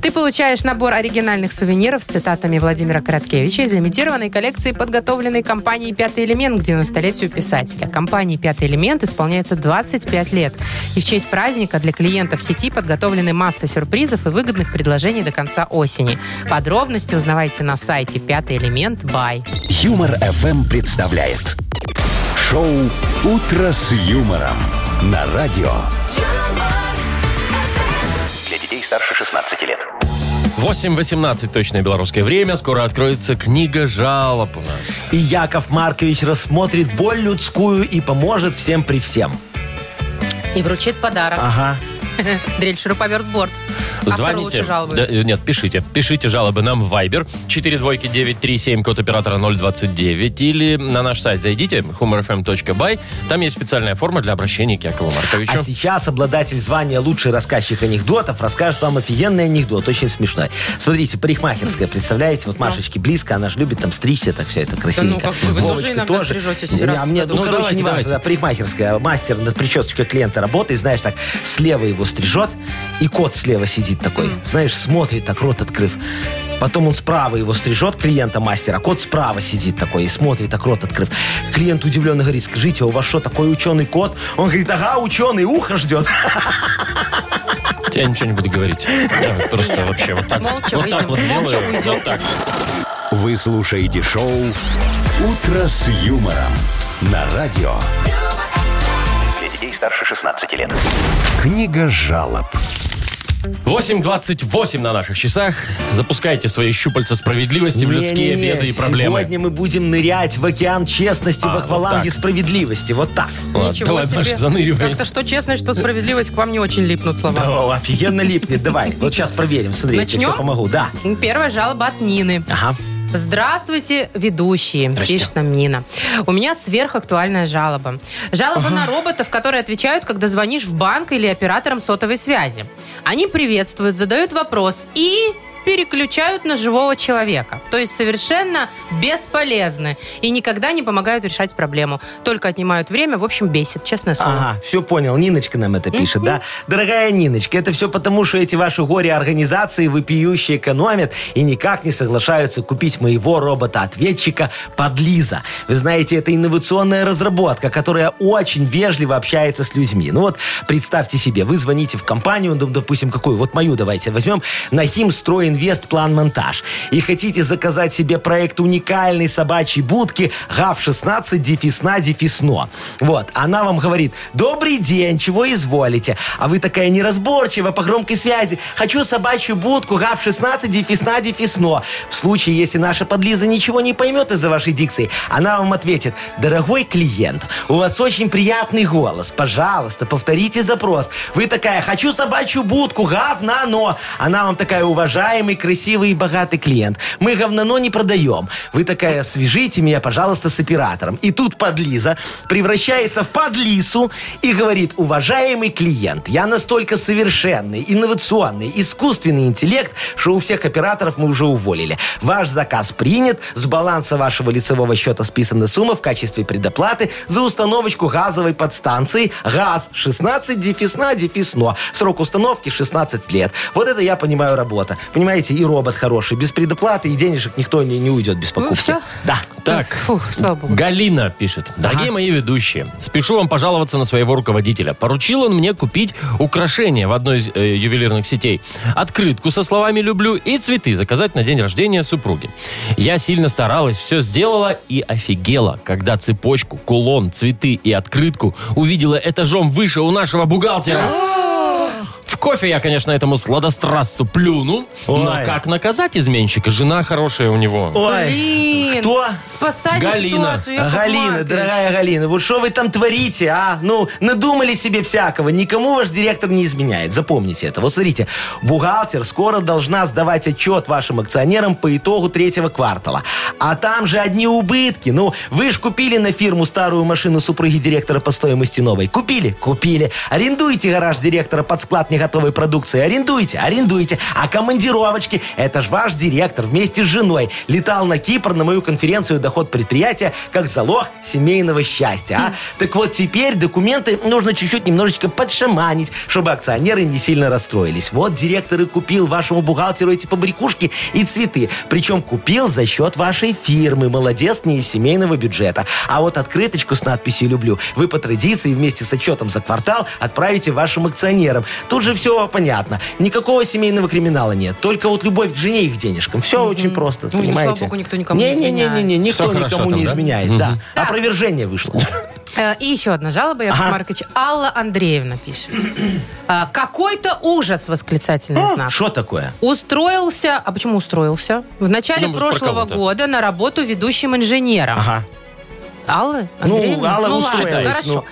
Speaker 2: Ты получаешь набор оригинальных сувениров с цитатами Владимира Короткевича из лимитированной коллекции, подготовленной компанией «Пятый элемент» к 90-летию писателя. Компании «Пятый элемент» исполняется 25 лет. И в честь праздника для клиентов сети подготовлены масса сюрпризов и выгодных предложений до конца осени. Подробности узнавайте на сайте «Пятый элемент. Бай».
Speaker 4: Юмор FM представляет шоу Утро с юмором на радио.
Speaker 7: Для детей старше 16 лет.
Speaker 1: 8.18 точное белорусское время. Скоро откроется книга жалоб у нас.
Speaker 3: И Яков Маркович рассмотрит боль людскую и поможет всем при всем.
Speaker 2: И вручит подарок.
Speaker 3: Ага.
Speaker 2: Дрель, шуруповерт, борт. Автору лучше жалобы.
Speaker 1: Да, э, нет, пишите. Пишите жалобы нам в Viber 42937, код оператора 029. Или на наш сайт зайдите, humorfm.by. Там есть специальная форма для обращения к Якову Марковичу.
Speaker 3: А сейчас обладатель звания лучший рассказчик анекдотов расскажет вам офигенный анекдот, очень смешной. Смотрите, парикмахерская, представляете, вот Машечке близко, она же любит там стричься, так все это красивенько.
Speaker 2: ну как вы, вы тоже
Speaker 3: Вовочка
Speaker 2: иногда стрижетесь
Speaker 3: Не,
Speaker 2: раз
Speaker 3: а
Speaker 2: в
Speaker 3: мне,
Speaker 2: году.
Speaker 3: ну,
Speaker 1: Ну,
Speaker 3: короче,
Speaker 1: давайте,
Speaker 3: не важно,
Speaker 1: давайте.
Speaker 3: да, парикмахерская, мастер над причесочкой клиента работает, знаешь, так, слева его стрижет, и кот слева сидит такой, знаешь, смотрит так, рот открыв. Потом он справа его стрижет, клиента мастера, а кот справа сидит такой и смотрит, так рот открыв. Клиент удивленно говорит, скажите, а у вас что, такой ученый кот? Он говорит, ага, ученый, ухо ждет.
Speaker 1: Я ничего не буду говорить. Я просто вообще вот так.
Speaker 2: Молча
Speaker 1: вот так
Speaker 2: выйдем,
Speaker 1: вот
Speaker 2: молча
Speaker 1: сделаю.
Speaker 2: уйдем.
Speaker 1: Вот так.
Speaker 4: Вы слушаете шоу Утро с юмором на радио.
Speaker 7: Для детей старше 16 лет.
Speaker 4: Книга жалоб.
Speaker 1: 8.28 на наших часах. Запускайте свои щупальца справедливости в людские
Speaker 3: Не-не-не,
Speaker 1: беды и проблемы.
Speaker 3: Сегодня мы будем нырять в океан честности,
Speaker 1: А,
Speaker 3: в
Speaker 1: вот
Speaker 3: акваланге
Speaker 1: так.
Speaker 3: справедливости. Вот так.
Speaker 1: Ладно,
Speaker 2: Ничего
Speaker 1: давай,
Speaker 2: себе.
Speaker 1: Маш, заныривай.
Speaker 2: Как-то что честность, что справедливость, к вам не очень липнут слова.
Speaker 3: О, офигенно липнет. Давай, вот сейчас проверим. Смотри, я тебе
Speaker 2: Начнем?
Speaker 3: все помогу. Да.
Speaker 2: Первая жалоба от Нины.
Speaker 3: Ага.
Speaker 2: Здравствуйте, ведущие,
Speaker 1: Здрасте.
Speaker 2: пишет нам Нина. У меня сверхактуальная жалоба. Жалоба на роботов, которые отвечают, когда звонишь в банк или операторам сотовой связи. Они приветствуют, задают вопрос и переключают на живого человека. То есть совершенно бесполезны и никогда не помогают решать проблему. Только отнимают время, в общем, бесит, честное слово.
Speaker 3: Ага, все понял. Ниночка нам это пишет, да? Дорогая Ниночка, это все потому, что эти ваши горе-организации вопиющие экономят и никак не соглашаются купить моего робота-ответчика Подлиза. Вы знаете, это инновационная разработка, которая очень вежливо общается с людьми. Ну вот, представьте себе, вы звоните в компанию, ну, допустим, какую, вот мою давайте возьмем, Нахим Стройинвест План Монтаж. И хотите заказать себе проект уникальной собачьей будки ГАВ-16 дефисна дефисно. Вот, она вам говорит, добрый день, чего изволите? А вы такая неразборчива по громкой связи. Хочу собачью будку ГАВ-16 дефисна дефисно. В случае, если наша подлиза ничего не поймет из-за вашей дикции, она вам ответит, дорогой клиент, у вас очень приятный голос, пожалуйста, повторите запрос. Вы такая, хочу собачью будку, говнано. Она вам такая, уважаемый, красивый и богатый клиент. Мы говнано не продаем. Вы такая, свяжите меня, пожалуйста, с оператором. И тут подлиза превращается в подлису и говорит, уважаемый клиент, я настолько совершенный, инновационный, искусственный интеллект, что у всех операторов мы уже уволили. Ваш заказ принят, с баланса вашего лицевого счета списана сумма в качестве предоплаты за установочку газовой подстанции ГАЗ-16 дефисна дефисно. Срок установки 16 лет. Вот это я понимаю работа. знаете, и робот хороший. Без предоплаты и денежек никто не, не уйдет без покупки.
Speaker 2: всё?
Speaker 3: Да.
Speaker 1: Так.
Speaker 2: Фух, слава богу.
Speaker 1: Галина пишет. Дорогие мои ведущие, спешу вам пожаловаться на своего руководителя. Поручил он мне купить украшения в одной из э, ювелирных сетей. Открытку со словами «люблю» и цветы заказать на день рождения супруги. Я сильно старалась, все сделала и офигела, когда цепочку, кулон, цветы и открытку увидела этажом выше у нашего бухгалтера. В кофе я, конечно, этому сладострастцу плюну. Но
Speaker 3: Ой.
Speaker 1: как наказать изменщика? Жена хорошая у него.
Speaker 2: Блин.
Speaker 3: Кто?
Speaker 2: Спасайте
Speaker 1: Галина.
Speaker 2: ситуацию, Яков
Speaker 3: Галина,
Speaker 2: Маркович.
Speaker 3: дорогая Галина, вот что вы там творите, а? Ну, надумали себе всякого. Никому ваш директор не изменяет. Запомните это. Вот смотрите, бухгалтер скоро должна сдавать отчет вашим акционерам по итогу третьего квартала. А там же одни убытки. Ну, вы ж купили на фирму старую машину супруги директора по стоимости новой. Купили? Купили. Арендуйте гараж директора под склад неготовой продукции. Арендуйте, арендуйте. А командировочки? Это ж ваш директор вместе с женой летал на Кипр на мою конференцию «Доход предприятия» как залог семейного счастья.
Speaker 2: Хм.
Speaker 3: а? Так вот теперь документы нужно чуть-чуть немножечко подшаманить, чтобы акционеры не сильно расстроились. Вот директор и купил вашему бухгалтеру эти побрякушки и цветы. Причем купил за счет вашей фирмы. Молодец, не из семейного бюджета. А вот открыточку с надписью «Люблю» вы по традиции вместе с отчетом за квартал отправите вашим акционерам. Тут же все понятно. Никакого семейного криминала нет. Только вот любовь к жене и к денежкам. Все очень просто,
Speaker 2: Ну, и,
Speaker 3: понимаете?
Speaker 2: слава богу, никто никому не
Speaker 3: Не-не-не-не,
Speaker 1: изменяет.
Speaker 3: никто
Speaker 1: Всё хорошо
Speaker 3: никому
Speaker 1: там,
Speaker 3: не
Speaker 1: да?
Speaker 3: изменяет, да. Опровержение вышло.
Speaker 2: Э, И еще одна жалоба, Яков
Speaker 3: Ага.
Speaker 2: Маркович. Алла Андреевна пишет. А, Какой-то ужас, восклицательный знак.
Speaker 3: Что такое?
Speaker 2: Устроился, а почему устроился? В начале
Speaker 1: Ну, может, про
Speaker 2: прошлого
Speaker 1: кого-то.
Speaker 2: года на работу ведущим инженером.
Speaker 3: Ага.
Speaker 2: Аллы?
Speaker 3: Ну,
Speaker 2: Андреевны?
Speaker 3: Алла
Speaker 2: ладно,
Speaker 3: устроилась,
Speaker 2: хорошо.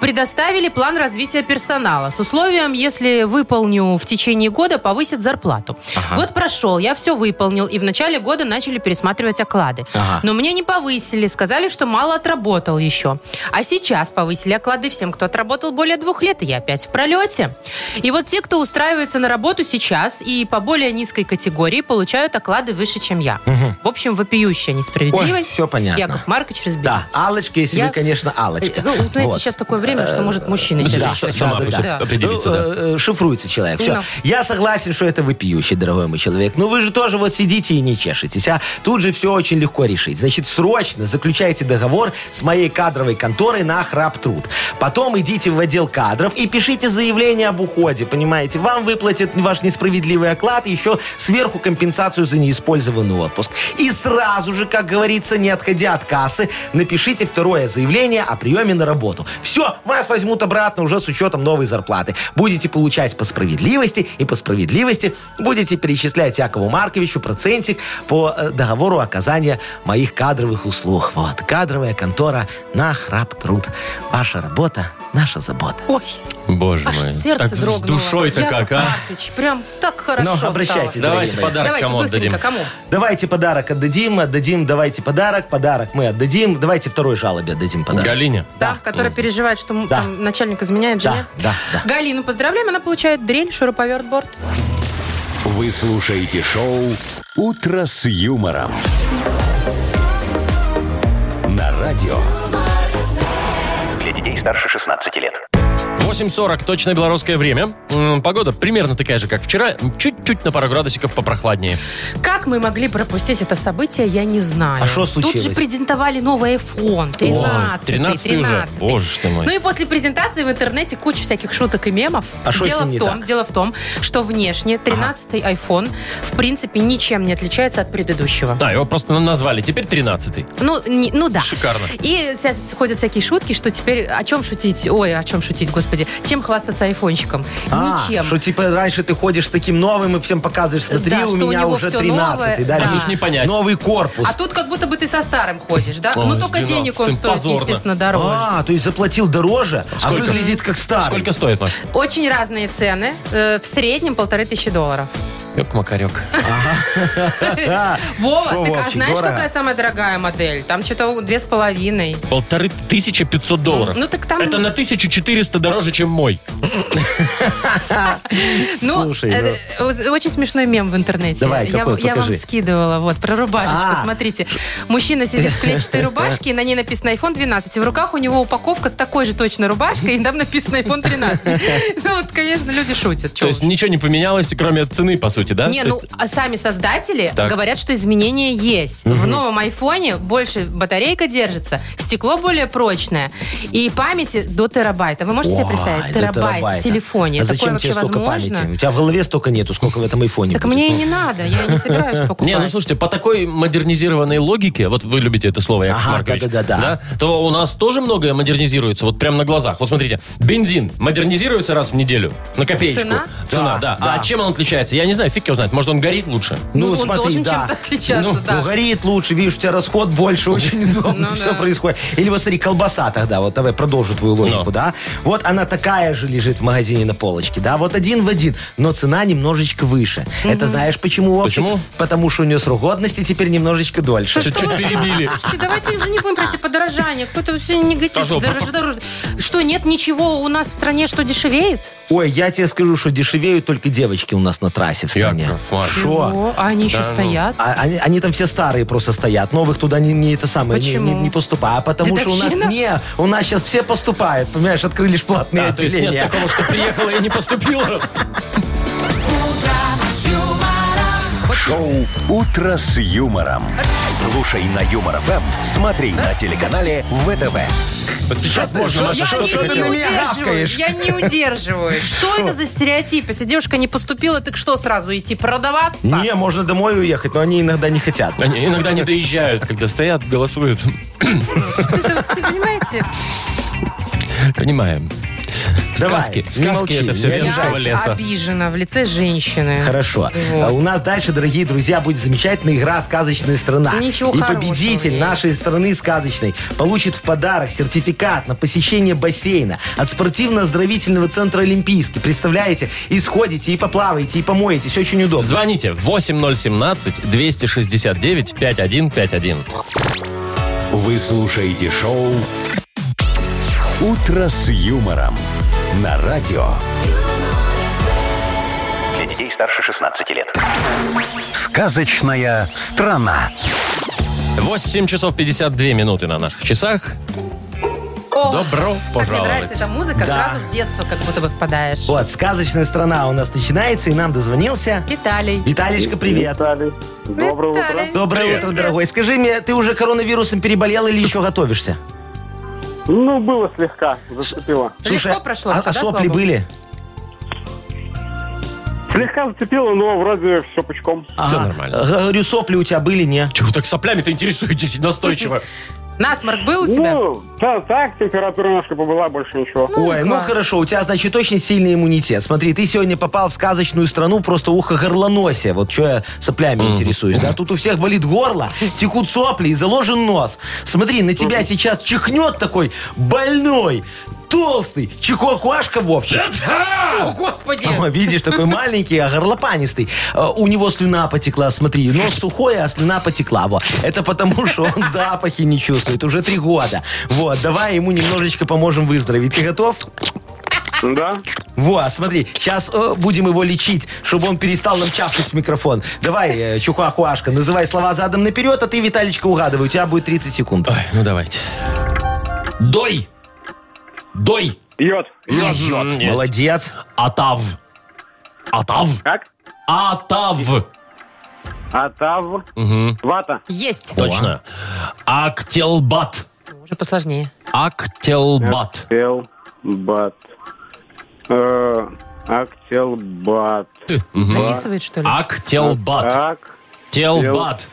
Speaker 2: Предоставили план развития персонала с условием, если выполню в течение года, повысят зарплату. Год прошел, я все выполнил, и в начале года начали пересматривать оклады.
Speaker 3: Ага.
Speaker 2: Но мне не повысили, сказали, что мало отработал еще. А сейчас повысили оклады всем, кто отработал более двух лет, и я опять в пролете. И вот те, кто устраивается на работу сейчас и по более низкой категории, получают оклады выше, чем я. В общем, вопиющая несправедливость.
Speaker 3: всё понятно.
Speaker 2: Яков Маркович разберется.
Speaker 3: Да, Аллочка, если
Speaker 2: Я-
Speaker 3: вы, конечно, Аллочка.
Speaker 2: Э, Ну, вот знаете,
Speaker 3: Вот.
Speaker 2: сейчас такое время, что может мужчина
Speaker 1: да,
Speaker 2: себе
Speaker 1: Ну, да,
Speaker 2: что-то
Speaker 1: сама
Speaker 2: сделать.
Speaker 1: пусть
Speaker 2: Да.
Speaker 1: определится, да.
Speaker 3: Ну, э, э, Шифруется человек. Все.
Speaker 2: Ну.
Speaker 3: Я согласен, что это вопиющий, дорогой мой человек. Но вы же тоже вот сидите и не чешетесь, а? Тут же все очень легко решить. Значит, срочно заключайте договор с моей кадровой конторой на храп-труд. Потом идите в отдел кадров и пишите заявление об уходе, понимаете? Вам выплатят ваш несправедливый оклад, еще сверху компенсацию за неиспользованный отпуск. И сразу же, как говорится, не отходя от кассы, напишите второе заявление о приеме на работу. Все, вас возьмут обратно уже с учетом новой зарплаты. Будете получать по справедливости и по справедливости будете перечислять Якову Марковичу процентик по э, договору оказания моих кадровых услуг. Вот, кадровая контора на храп труд. Ваша работа, наша забота.
Speaker 2: Ой,
Speaker 1: Боже
Speaker 2: аж
Speaker 1: мой.
Speaker 2: сердце
Speaker 1: Так с
Speaker 2: дрогнуло.
Speaker 1: душой-то
Speaker 2: Яков
Speaker 1: как, а?
Speaker 2: Маркович, прям так хорошо
Speaker 3: Ну, обращайтесь.
Speaker 2: стало.
Speaker 1: Давайте
Speaker 3: Дорогие мои.
Speaker 1: подарок
Speaker 2: Давайте
Speaker 1: кому отдадим.
Speaker 2: быстренько, кому?
Speaker 3: Давайте подарок отдадим, отдадим, давайте подарок, подарок мы отдадим. Давайте второй жалобе отдадим подарок.
Speaker 1: Галине.
Speaker 2: Да, которая переживает, что м,
Speaker 3: Да.
Speaker 2: там начальник изменяет жене.
Speaker 3: Да, да, да.
Speaker 2: Галину поздравляем, она получает дрель, шуруповерт, борт.
Speaker 4: Вы слушаете шоу «Утро с юмором». На радио.
Speaker 7: Для детей старше 16 лет.
Speaker 1: 8.40, точное белорусское время. М, Погода примерно такая же, как вчера. Чуть-чуть на пару градусиков попрохладнее.
Speaker 2: Как мы могли пропустить это событие, я не знаю.
Speaker 3: А шо
Speaker 2: Тут
Speaker 3: случилось?
Speaker 2: же презентовали новый iPhone 13.
Speaker 1: 13-й уже. Боже ты мой.
Speaker 2: Ну и после презентации в интернете куча всяких шуток и мемов.
Speaker 3: А шо с
Speaker 2: дело,
Speaker 3: ним
Speaker 2: в
Speaker 3: не
Speaker 2: том,
Speaker 3: так?
Speaker 2: дело в том, что внешне 13-й iPhone в принципе ничем не отличается от предыдущего.
Speaker 1: Да, его просто назвали. Теперь 13-й.
Speaker 2: Ну, не- ну да.
Speaker 1: Шикарно.
Speaker 2: И сейчас ходят всякие шутки, что теперь о чем шутить? Ой, о чем шутить, господи. Чем хвастаться айфонщиком?
Speaker 3: А,
Speaker 2: Ничем.
Speaker 3: Что типа раньше ты ходишь с таким новым и всем показываешь, смотри,
Speaker 2: Да,
Speaker 3: у
Speaker 2: что у
Speaker 3: меня
Speaker 2: него
Speaker 3: уже
Speaker 2: всё
Speaker 3: 13
Speaker 2: новое,
Speaker 3: да,
Speaker 2: да.
Speaker 3: видишь,
Speaker 1: Тут не понять.
Speaker 3: Новый корпус.
Speaker 2: А тут как будто бы ты со старым ходишь, да?
Speaker 1: Ой,
Speaker 2: ну только
Speaker 1: Дина,
Speaker 2: денег он
Speaker 1: ты
Speaker 2: стоит,
Speaker 1: позорно.
Speaker 2: естественно, дороже.
Speaker 3: А, то есть заплатил дороже, а
Speaker 1: Сколько?
Speaker 3: выглядит как старый.
Speaker 1: Сколько стоит, Маш?
Speaker 2: Очень разные цены. Э, в среднем полторы тысячи долларов.
Speaker 1: Ёк, макарек.
Speaker 3: Да.
Speaker 2: Вова,
Speaker 3: Шо,
Speaker 2: ты а
Speaker 3: Вовчик,
Speaker 2: знаешь,
Speaker 3: дорого?
Speaker 2: какая самая дорогая модель? Там что-то две с половиной.
Speaker 1: Полторы тысячи пятьсот долларов.
Speaker 2: Ну, так там-
Speaker 1: Это на 1400 дороже, чем мой.
Speaker 2: Ну,
Speaker 3: Слушай,
Speaker 2: э, э, очень смешной мем в интернете.
Speaker 3: Давай,
Speaker 2: я,
Speaker 3: какой,
Speaker 2: я вам
Speaker 3: покажи.
Speaker 2: скидывала, вот, про рубашечку,
Speaker 3: А.
Speaker 2: смотрите. Мужчина сидит в клетчатой рубашке, и на ней написано iPhone 12. И в руках у него упаковка с такой же точно рубашкой, и там написано iPhone 13. Ну, вот, конечно, люди шутят.
Speaker 1: То
Speaker 2: чё
Speaker 1: есть ничего не поменялось, кроме цены, по сути, да?
Speaker 2: Не,
Speaker 1: То
Speaker 2: ну
Speaker 1: есть-
Speaker 2: а сами создатели
Speaker 1: Так.
Speaker 2: говорят, что изменения есть. В новом айфоне больше батарейка держится, стекло более прочное и памяти до терабайта. Вы можете себе
Speaker 3: Ой,
Speaker 2: представить?
Speaker 3: да
Speaker 2: Терабайт в
Speaker 3: терабайта.
Speaker 2: телефоне.
Speaker 3: А
Speaker 2: Такое
Speaker 3: зачем
Speaker 2: вообще
Speaker 3: тебе столько
Speaker 2: возможно?
Speaker 3: памяти? У тебя в голове столько нету, сколько в этом айфоне
Speaker 2: Так
Speaker 3: будет.
Speaker 2: мне и не надо, я и не собираюсь покупать.
Speaker 1: Не, ну слушайте, по такой модернизированной логике, вот вы любите это слово, Яков
Speaker 3: Ага,
Speaker 1: Маркович,
Speaker 3: да-да-да-да.
Speaker 1: то у нас тоже многое модернизируется, вот прям на глазах. Вот смотрите, бензин модернизируется раз в неделю, на копеечку.
Speaker 2: Цена?
Speaker 1: Цена, да.
Speaker 3: Да,
Speaker 1: А
Speaker 3: да.
Speaker 1: чем он отличается? Я не знаю, фиг его знает, может он горит лучше.
Speaker 2: Ну,
Speaker 3: Ну,
Speaker 2: он
Speaker 3: смотри,
Speaker 2: должен
Speaker 3: да.
Speaker 2: чем-то отличаться,
Speaker 3: ну,
Speaker 2: да.
Speaker 3: ну, горит лучше, видишь, у тебя расход больше, очень удобно
Speaker 2: Ну
Speaker 3: все
Speaker 2: да.
Speaker 3: происходит. Или вот смотри, колбаса тогда, вот давай продолжу твою логику,
Speaker 1: Ну.
Speaker 3: да? Вот она такая же лежит в магазине на полочке, да? Вот один в один, но цена немножечко выше. Это знаешь почему? Вовчик?
Speaker 1: Почему?
Speaker 3: Потому что у нее срок годности теперь немножечко дольше.
Speaker 2: Да что
Speaker 1: Чуть-чуть
Speaker 2: вы
Speaker 1: перебили.
Speaker 2: шутите? давайте уже не будем про эти подорожания. Кто-то все негатив.
Speaker 1: Пошел.
Speaker 2: дороже, дороже. Что, нет ничего у нас в стране, что дешевеет?
Speaker 3: Ой, я тебе скажу, что дешевеют только девочки у нас на трассе в стране.
Speaker 1: Яков Маркович.
Speaker 3: Шо?
Speaker 2: Чего? А они еще
Speaker 1: Да ну.
Speaker 2: стоят?
Speaker 3: А они, они там все старые просто стоят. Новых туда не, не это самое, не,
Speaker 2: Почему?
Speaker 3: не, не поступают. А потому что у
Speaker 2: Дедовщина?
Speaker 3: нас не, у нас сейчас все поступают. Понимаешь, открыли лишь платные
Speaker 1: Да, А, то есть
Speaker 3: отделения.
Speaker 1: нет такого, что приехала и не поступила.
Speaker 4: Шоу «Утро с юмором». Слушай на Юмор ФМ, смотри на телеканале ВТВ.
Speaker 1: Вот сейчас можно,
Speaker 2: Я
Speaker 1: Маша, что
Speaker 2: не,
Speaker 1: ты
Speaker 3: ты
Speaker 2: не
Speaker 3: на
Speaker 1: хотела?
Speaker 3: меня
Speaker 2: удерживаю,
Speaker 3: гавкаешь?
Speaker 2: я не удерживаю. Что это за стереотип? Если девушка не поступила, так что сразу идти продаваться?
Speaker 3: Не, можно домой уехать, но они иногда не хотят.
Speaker 1: Они иногда не доезжают, когда стоят, голосуют.
Speaker 2: Это вот все, понимаете?
Speaker 1: Понимаем.
Speaker 3: Давай,
Speaker 1: Сказки.
Speaker 3: не
Speaker 1: Сказки
Speaker 3: молчи,
Speaker 1: это все
Speaker 3: не
Speaker 1: венского
Speaker 3: обижайся.
Speaker 2: Я
Speaker 1: леса.
Speaker 2: обижена в лице женщины.
Speaker 3: Хорошо.
Speaker 2: Вот.
Speaker 3: А У нас дальше, дорогие друзья, будет замечательная игра «Сказочная страна».
Speaker 2: Ничего
Speaker 3: И
Speaker 2: хорошего
Speaker 3: победитель
Speaker 2: в ней.
Speaker 3: нашей страны сказочной получит в подарок сертификат на посещение бассейна от спортивно-оздоровительного центра «Олимпийский». Представляете? И сходите, и поплаваете, и помоете. Все очень удобно.
Speaker 1: Звоните 8017-269-5151.
Speaker 4: Вы слушаете шоу «Утро с юмором» на радио.
Speaker 7: Для детей старше 16 лет.
Speaker 4: «Сказочная страна».
Speaker 1: 8 часов 52 минуты на наших часах.
Speaker 2: О,
Speaker 1: Добро
Speaker 2: Как мне нравится эта
Speaker 1: пожаловать.
Speaker 2: музыка,
Speaker 3: Да.
Speaker 2: сразу в детство как будто бы впадаешь.
Speaker 3: Вот, «Сказочная страна» у нас начинается, и нам дозвонился.
Speaker 2: Виталий.
Speaker 3: Виталичка, привет.
Speaker 6: Виталий, доброе утро.
Speaker 2: Виталий.
Speaker 3: Доброе утро, дорогой. Скажи мне, ты уже коронавирусом переболел или еще готовишься?
Speaker 6: Ну, было слегка, зацепило.
Speaker 2: Легко прошло
Speaker 3: а,
Speaker 2: всё, да,
Speaker 3: а сопли
Speaker 2: слава богу?
Speaker 3: были?
Speaker 6: Слегка зацепило, но вроде все пучком.
Speaker 3: Ага.
Speaker 1: нормально.
Speaker 3: Г- Говорю, сопли у тебя были, не?
Speaker 1: Чего вы так соплями-то интересуетесь настойчиво?
Speaker 2: Насморк был у тебя?
Speaker 6: Ну, да, так, температура немножко побыла, больше ничего.
Speaker 3: Ой, ну
Speaker 2: класс.
Speaker 3: хорошо, у тебя, значит, очень сильный иммунитет. Смотри, ты сегодня попал в сказочную страну просто ухо-горлоносия. Вот что я соплями интересуюсь, да? Тут у всех болит горло, текут сопли и заложен нос. Смотри, на тебя сейчас чихнет такой больной, толстый, чихуахуашка Вовчик.
Speaker 2: О, господи.
Speaker 3: О, видишь, такой маленький, а горлопанистый. Э, У него слюна потекла, смотри, нос сухой, а слюна потекла. Во. Это потому, что он запахи не чувствует уже три года. Вот, давай ему немножечко поможем выздороветь. Ты готов?
Speaker 2: а-
Speaker 6: Да?
Speaker 3: Вот, смотри, сейчас будем его лечить, чтобы он перестал нам чавкать в микрофон. Давай, э, Чухуахуашка, называй слова задом наперед, а ты, Виталичка, угадывай. У тебя будет 30 секунд.
Speaker 1: Ой, ну давайте. Дой. Дой.
Speaker 6: Йод.
Speaker 1: Нет.
Speaker 3: Молодец.
Speaker 1: Атав. Атав.
Speaker 6: Как?
Speaker 1: Атав.
Speaker 6: Атав. Вата.
Speaker 2: Есть.
Speaker 1: Точно. Актелбат.
Speaker 2: Ну, Уже посложнее.
Speaker 1: Актелбат.
Speaker 6: Актелбат. Э, Актелбат.
Speaker 2: Э, Записывает, что
Speaker 1: А,
Speaker 2: ли? А,
Speaker 1: Актелбат.
Speaker 6: Так,
Speaker 1: Телбат.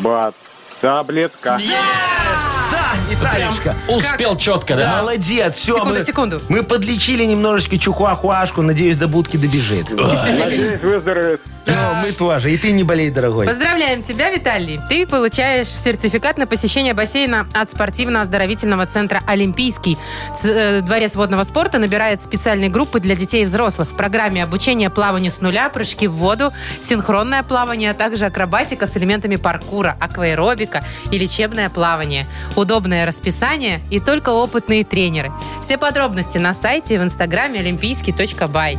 Speaker 6: бат. Таблетка.
Speaker 3: Да, Виталичка.
Speaker 1: Успел четко, да?
Speaker 3: Молодец, все.
Speaker 2: Секунду,
Speaker 3: мы,
Speaker 2: секунду.
Speaker 3: Мы подлечили немножечко Чухуахуашку, надеюсь, до будки добежит.
Speaker 6: Надеюсь, выздоровеет.
Speaker 3: Ну, мы тоже. И ты не болей, дорогой.
Speaker 2: Поздравляем тебя, Виталий. Ты получаешь сертификат на посещение бассейна от спортивно-оздоровительного центра «Олимпийский». Ц- э, Дворец водного спорта набирает специальные группы для детей и взрослых. В программе обучения плаванию с нуля, прыжки в воду, синхронное плавание, а также акробатика с элементами паркура, акваэробика и лечебное плавание. Удобное расписание и только опытные тренеры. Все подробности на сайте и в инстаграме олимпийский.бай.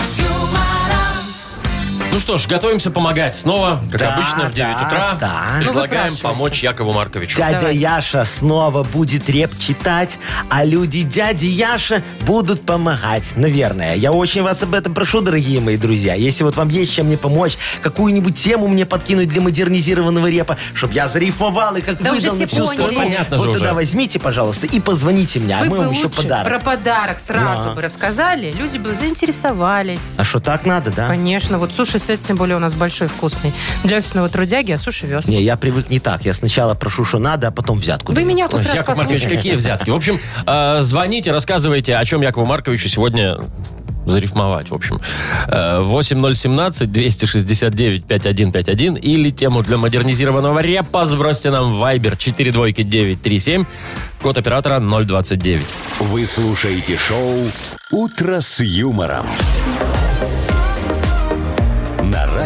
Speaker 1: Ну что ж, готовимся помогать снова, как
Speaker 3: Да,
Speaker 1: обычно, в 9
Speaker 3: да,
Speaker 1: утра.
Speaker 3: да.
Speaker 1: Предлагаем
Speaker 2: Ну, выпрашивайте.
Speaker 1: помочь Якову Марковичу.
Speaker 3: Дядя
Speaker 2: Давайте.
Speaker 3: Яша снова будет реп читать, а люди дяди Яша будут помогать, наверное. Я очень вас об этом прошу, дорогие мои друзья. Если вот вам есть чем мне помочь, какую-нибудь тему мне подкинуть для модернизированного репа, чтобы я зарифовал и как
Speaker 2: Да
Speaker 3: выдал
Speaker 2: уже
Speaker 3: на
Speaker 2: все
Speaker 3: всю
Speaker 2: поняли.
Speaker 3: страну.
Speaker 1: Понятно
Speaker 3: вот
Speaker 1: же
Speaker 3: тогда
Speaker 1: уже.
Speaker 3: возьмите, пожалуйста, и позвоните мне, а
Speaker 2: Вы
Speaker 3: мы
Speaker 2: бы
Speaker 3: вам еще
Speaker 2: лучше
Speaker 3: подарок.
Speaker 2: про подарок сразу
Speaker 3: Да.
Speaker 2: бы рассказали, люди бы заинтересовались.
Speaker 3: А что, так надо, да?
Speaker 2: Конечно, вот суши-сет, тем более у нас большой, вкусный. Для офисного трудяги, а суши вез.
Speaker 3: Не, я привык не так. Я сначала прошу, что надо, а потом взятку.
Speaker 2: Вы
Speaker 3: даю.
Speaker 2: меня хоть
Speaker 1: Ой,
Speaker 2: раз
Speaker 1: Яков Маркович,
Speaker 2: послушайте.
Speaker 1: какие взятки? В общем, э, звоните, рассказывайте, о чем Якову Марковичу сегодня зарифмовать, в общем. Э, 8017-269-5151 или тему для модернизированного репа сбросьте нам в Viber 42937, код оператора 029.
Speaker 4: Вы слушаете шоу «Утро с юмором». На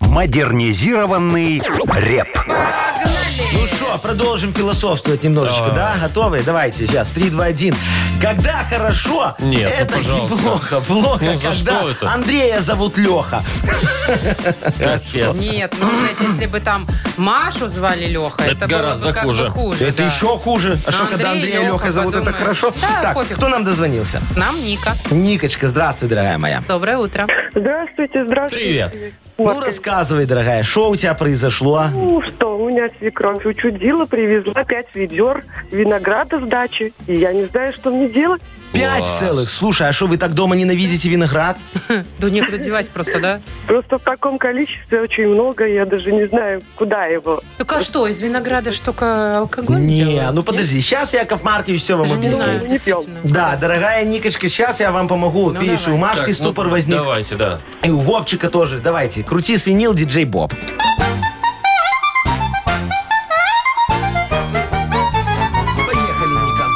Speaker 4: «Модернизированный реп».
Speaker 3: Ну что, продолжим философствовать немножечко, да? Готовы? Давайте, сейчас, 3, 2, 1. Когда хорошо,
Speaker 1: Нет, ну,
Speaker 3: это
Speaker 1: пожалуйста.
Speaker 3: плохо, плохо,
Speaker 1: Ну, за
Speaker 3: когда
Speaker 1: что это?
Speaker 3: Андрея зовут Леха.
Speaker 1: Капец.
Speaker 2: Нет, ну, знаете, если бы там Машу звали Леха, это,
Speaker 1: Это гораздо
Speaker 2: было бы как
Speaker 1: хуже.
Speaker 2: бы хуже.
Speaker 3: Это
Speaker 2: да.
Speaker 3: еще хуже. А что,
Speaker 2: Андрей,
Speaker 3: когда Андрея
Speaker 2: Леха,
Speaker 3: Леха зовут, это
Speaker 2: подумаешь.
Speaker 3: хорошо?
Speaker 2: Да,
Speaker 3: Так,
Speaker 2: пофиг.
Speaker 3: кто нам дозвонился?
Speaker 2: Нам Ника.
Speaker 3: Никочка, здравствуй, дорогая моя.
Speaker 2: Доброе утро.
Speaker 8: Здравствуйте, здравствуйте.
Speaker 1: Привет.
Speaker 8: Вот.
Speaker 3: Ну, рассказывай, дорогая, что у тебя произошло?
Speaker 8: Ну что, у меня свекровь учудила, привезла пять ведер винограда с дачи. И я не знаю, что мне делать.
Speaker 3: Пять
Speaker 1: Класс.
Speaker 3: целых. Слушай, а что, вы так дома ненавидите виноград?
Speaker 2: Да некуда девать просто, да?
Speaker 8: Просто в таком количестве очень много, я даже не знаю, куда его.
Speaker 2: Ну-ка а что, из винограда штука алкоголь
Speaker 3: Не,
Speaker 2: делают?
Speaker 3: ну подожди, сейчас Яков Маркович все вам
Speaker 2: Даже не
Speaker 3: объяснит.
Speaker 2: знаю,
Speaker 8: Не пьем.
Speaker 2: действительно.
Speaker 3: Да, дорогая Никочка, сейчас я вам помогу.
Speaker 2: Ну,
Speaker 3: Видишь,
Speaker 2: давай.
Speaker 3: у Машки
Speaker 1: Так, ну,
Speaker 3: ступор возник.
Speaker 1: Давайте, да.
Speaker 3: И у Вовчика тоже. Давайте, крути свинил, диджей Боб. Поехали, Ника.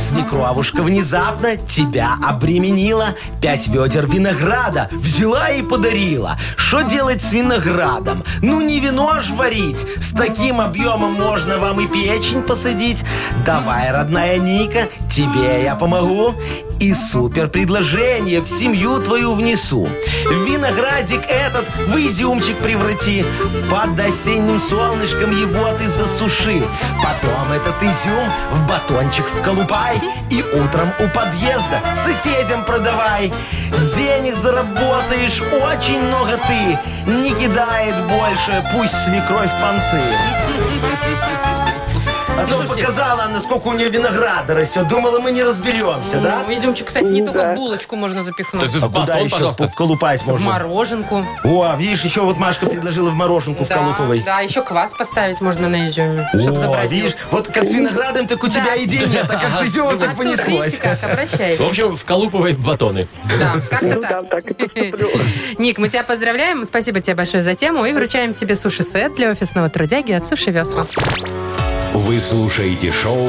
Speaker 3: Свекровушка внезапно тебя обременила. Пять ведер винограда взяла и подарила. Что делать с виноградом? Ну, не вино ж варить. С таким объемом можно вам и печень посадить. Давай, родная Ника, тебе я помогу. И супер предложение в семью твою внесу. Виноградик этот в изюмчик преврати. Под осенним солнышком его ты засуши. Потом этот изюм в батончик вколупай. И утром у подъезда соседям продавай. Денег заработаешь очень много ты. Не кидает больше, пусть свекровь понты. А то
Speaker 2: Слушайте.
Speaker 3: показала, насколько у нее винограда растет. Думала, мы не разберемся, да?
Speaker 2: Ну, изюмчик, кстати, не только
Speaker 8: Да.
Speaker 2: в булочку можно запихнуть.
Speaker 1: Так ты
Speaker 3: А
Speaker 1: в
Speaker 3: куда
Speaker 1: батон,
Speaker 3: еще
Speaker 1: пожалуйста.
Speaker 3: вколупать
Speaker 2: В
Speaker 3: можно?
Speaker 2: мороженку.
Speaker 3: О, а видишь, еще вот Машка предложила в мороженку
Speaker 2: Да,
Speaker 3: вколупывай.
Speaker 2: да, еще квас поставить можно на изюме, чтобы
Speaker 3: О,
Speaker 2: забрать.
Speaker 3: видишь, вот как с виноградом, так у тебя идей нет, а как с изюмом, так понеслось.
Speaker 2: видите, как
Speaker 1: В
Speaker 2: обращайтесь.
Speaker 1: общем, вколупывай в батоны.
Speaker 2: Да, как-то
Speaker 8: Ну да,
Speaker 2: так.
Speaker 8: так и поступлю.
Speaker 2: Ник, мы тебя поздравляем. Спасибо тебе большое за тему. И вручаем тебе суши-сет для офисного трудяги от Суши Весла.
Speaker 4: Вы слушаете шоу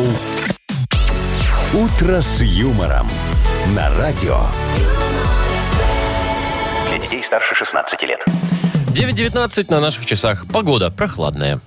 Speaker 4: «Утро с юмором» на радио.
Speaker 7: Для детей старше 16 лет.
Speaker 1: 9.19 на наших часах. Погода прохладная.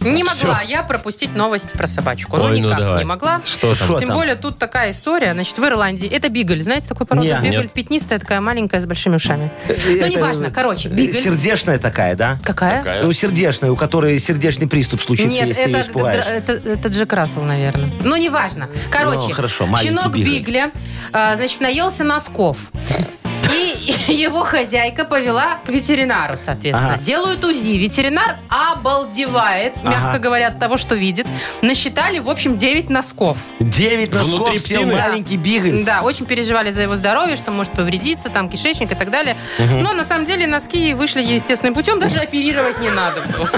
Speaker 2: Не могла я пропустить новость про собачку. ну,
Speaker 1: Ой, ну
Speaker 2: никак
Speaker 1: давай.
Speaker 2: не могла.
Speaker 1: Что там?
Speaker 3: Шо
Speaker 2: Тем
Speaker 3: там?
Speaker 2: более тут такая история. Значит, в Ирландии это бигль. Знаете такой породу?
Speaker 3: Не.
Speaker 2: бигль
Speaker 1: Нет.
Speaker 2: пятнистая, такая маленькая с большими ушами. Ну,
Speaker 3: э,
Speaker 2: неважно. Короче, бигль.
Speaker 3: Сердечная такая, да?
Speaker 2: Какая?
Speaker 1: Какая?
Speaker 3: Ну, сердечная, у которой сердечный приступ случится,
Speaker 2: Нет,
Speaker 3: если ее
Speaker 2: это,
Speaker 3: испугаешь.
Speaker 2: др- это, это Джек Рассел, наверное. Ну, неважно. Короче,
Speaker 3: Ну, хорошо, маленький
Speaker 2: щенок
Speaker 3: Бигль.
Speaker 2: Бигля, а, значит, наелся носков. И его хозяйка повела к ветеринару, соответственно.
Speaker 3: Ага.
Speaker 2: Делают УЗИ. Ветеринар обалдевает, мягко говоря, от того, что видит. Насчитали, в общем, 9 носков.
Speaker 3: Девять носков,
Speaker 1: Внутри
Speaker 3: сел
Speaker 1: псины?
Speaker 3: маленький бигль.
Speaker 2: Да, очень переживали за его здоровье, что может повредиться, там кишечник и так далее. Но на самом деле носки вышли ей естественным путем, даже оперировать не надо было.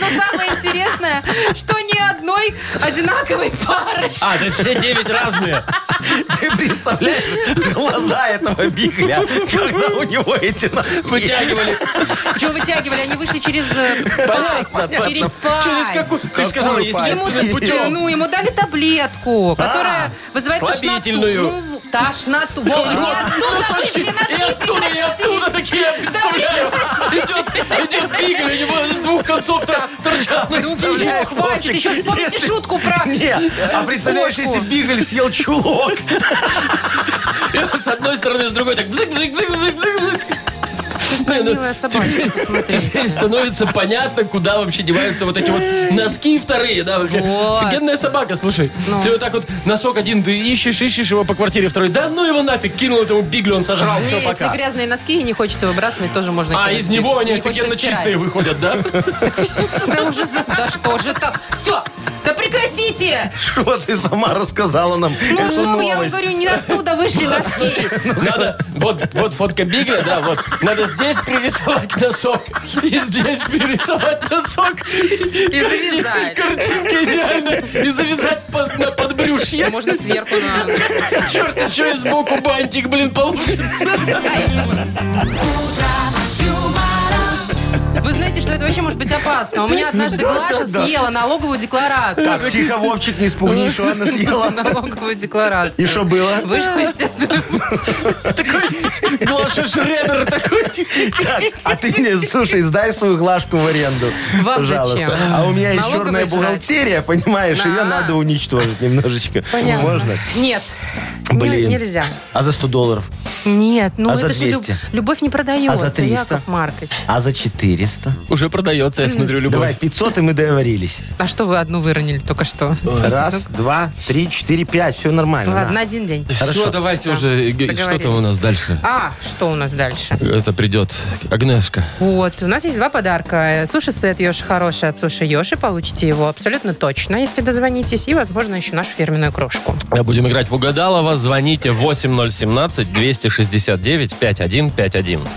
Speaker 2: Но самое интересное, что ни одной одинаковой пары.
Speaker 1: А, то есть все девять разные.
Speaker 3: Ты представляешь глаза этого бигля, когда у него эти носки.
Speaker 1: Вытягивали.
Speaker 2: Причем вытягивали, они вышли через э,
Speaker 1: Понятно.
Speaker 2: пасть, через пасть.
Speaker 1: Через какую? Ты же сказала,
Speaker 3: Какую пасть?
Speaker 1: естественным
Speaker 2: Э,
Speaker 1: путем.
Speaker 2: Ну, ему дали таблетку, которая вызывает
Speaker 1: А, слабительную.
Speaker 2: тошноту. Ну, в- тошноту. Вова, не оттуда вышли
Speaker 1: И
Speaker 2: носки,
Speaker 1: оттуда, и оттуда такие, я представляю. Идет, идет бигль, у него с двух концов тор- торчат
Speaker 2: Ну
Speaker 1: носки.
Speaker 2: все, хватит,
Speaker 3: Вовчик,
Speaker 2: еще вспомните
Speaker 3: если-
Speaker 2: шутку про...
Speaker 3: Нет, а представляешь,
Speaker 2: Кошку.
Speaker 3: если бигль съел чулок?
Speaker 1: И С одной стороны, с другой так бзык, бзык, бзык, бзык, бзык, бзык. Не, ну,
Speaker 2: Милая собачка, посмотри.
Speaker 1: Теперь становится понятно, куда вообще деваются вот эти вот носки вторые, да, вообще.
Speaker 2: Вот.
Speaker 1: Офигенная собака, слушай.
Speaker 2: Ну.
Speaker 1: Ты вот так вот носок один, ты ищешь, ищешь его по квартире, второй, да ну его нафиг, кинул этому биглю, он сожрал,
Speaker 2: Ну,
Speaker 1: все,
Speaker 2: Если
Speaker 1: пока.
Speaker 2: грязные носки и не хочется выбрасывать, тоже можно...
Speaker 1: А,
Speaker 2: кинуть.
Speaker 1: из него они
Speaker 2: Не хочется
Speaker 1: офигенно
Speaker 2: стирать.
Speaker 1: чистые выходят, да?
Speaker 2: Да уже... за- Да что же так? Все, да прекратите!
Speaker 3: Что ты сама рассказала нам
Speaker 2: Ну
Speaker 3: эту
Speaker 2: что вы, я вам
Speaker 3: новость?
Speaker 2: говорю, не оттуда вышли носки.
Speaker 1: Надо, вот, вот фотка Бигля, да, вот. Надо здесь пририсовать носок, и здесь пририсовать носок.
Speaker 2: И завязать.
Speaker 1: Картинка идеальная. И завязать под, на подбрюшье.
Speaker 2: Ну, Можно сверху на...
Speaker 1: Черт, еще и сбоку бантик, блин, получится.
Speaker 2: Вы знаете, что это вообще может быть опасно. У меня однажды
Speaker 3: Да,
Speaker 2: Глаша
Speaker 3: да, да.
Speaker 2: съела налоговую декларацию.
Speaker 3: Так, тихо, Вовчик, не
Speaker 2: Ну.
Speaker 3: испугни, что она съела.
Speaker 2: Налоговую декларацию.
Speaker 3: И что было?
Speaker 2: Вышла, естественно,
Speaker 1: Такой Глаша Шредер такой.
Speaker 3: Так, а ты мне, слушай, сдай свою глажку в аренду,
Speaker 2: Вам зачем?
Speaker 3: пожалуйста. А у меня есть
Speaker 2: Налоговая
Speaker 3: черная
Speaker 2: жрать.
Speaker 3: бухгалтерия, понимаешь, ее
Speaker 2: Да.
Speaker 3: надо уничтожить немножечко.
Speaker 2: Понятно.
Speaker 3: Можно?
Speaker 2: Нет.
Speaker 3: Блин.
Speaker 2: Не- Нельзя.
Speaker 3: А за 100 долларов?
Speaker 2: Нет, ну
Speaker 3: А
Speaker 2: это
Speaker 3: за
Speaker 2: же люб-
Speaker 3: 200?
Speaker 2: любовь не продается,
Speaker 3: А за 300?
Speaker 2: Яков Маркович.
Speaker 3: А за 400?
Speaker 1: Уже продается, я смотрю,
Speaker 3: Давай,
Speaker 1: любовь.
Speaker 3: 500, и мы договорились.
Speaker 2: А что вы одну выронили только что?
Speaker 3: Э, Раз, два, три, четыре, пять. Все нормально. на.
Speaker 2: Ладно, на один день.
Speaker 1: Все, давайте
Speaker 2: Всё,
Speaker 1: уже. Ге- Что там у
Speaker 2: договорились.
Speaker 1: нас дальше?
Speaker 2: А, что у нас дальше?
Speaker 1: Это придет Агнешка.
Speaker 2: Вот, у нас есть два подарка. Суши-сет Йоши хороший от Суши Йоши. Получите его абсолютно точно, если дозвонитесь. И, возможно, еще нашу фирменную кружку.
Speaker 1: А Будем играть в угадалово. Звоните 8017-269-5151.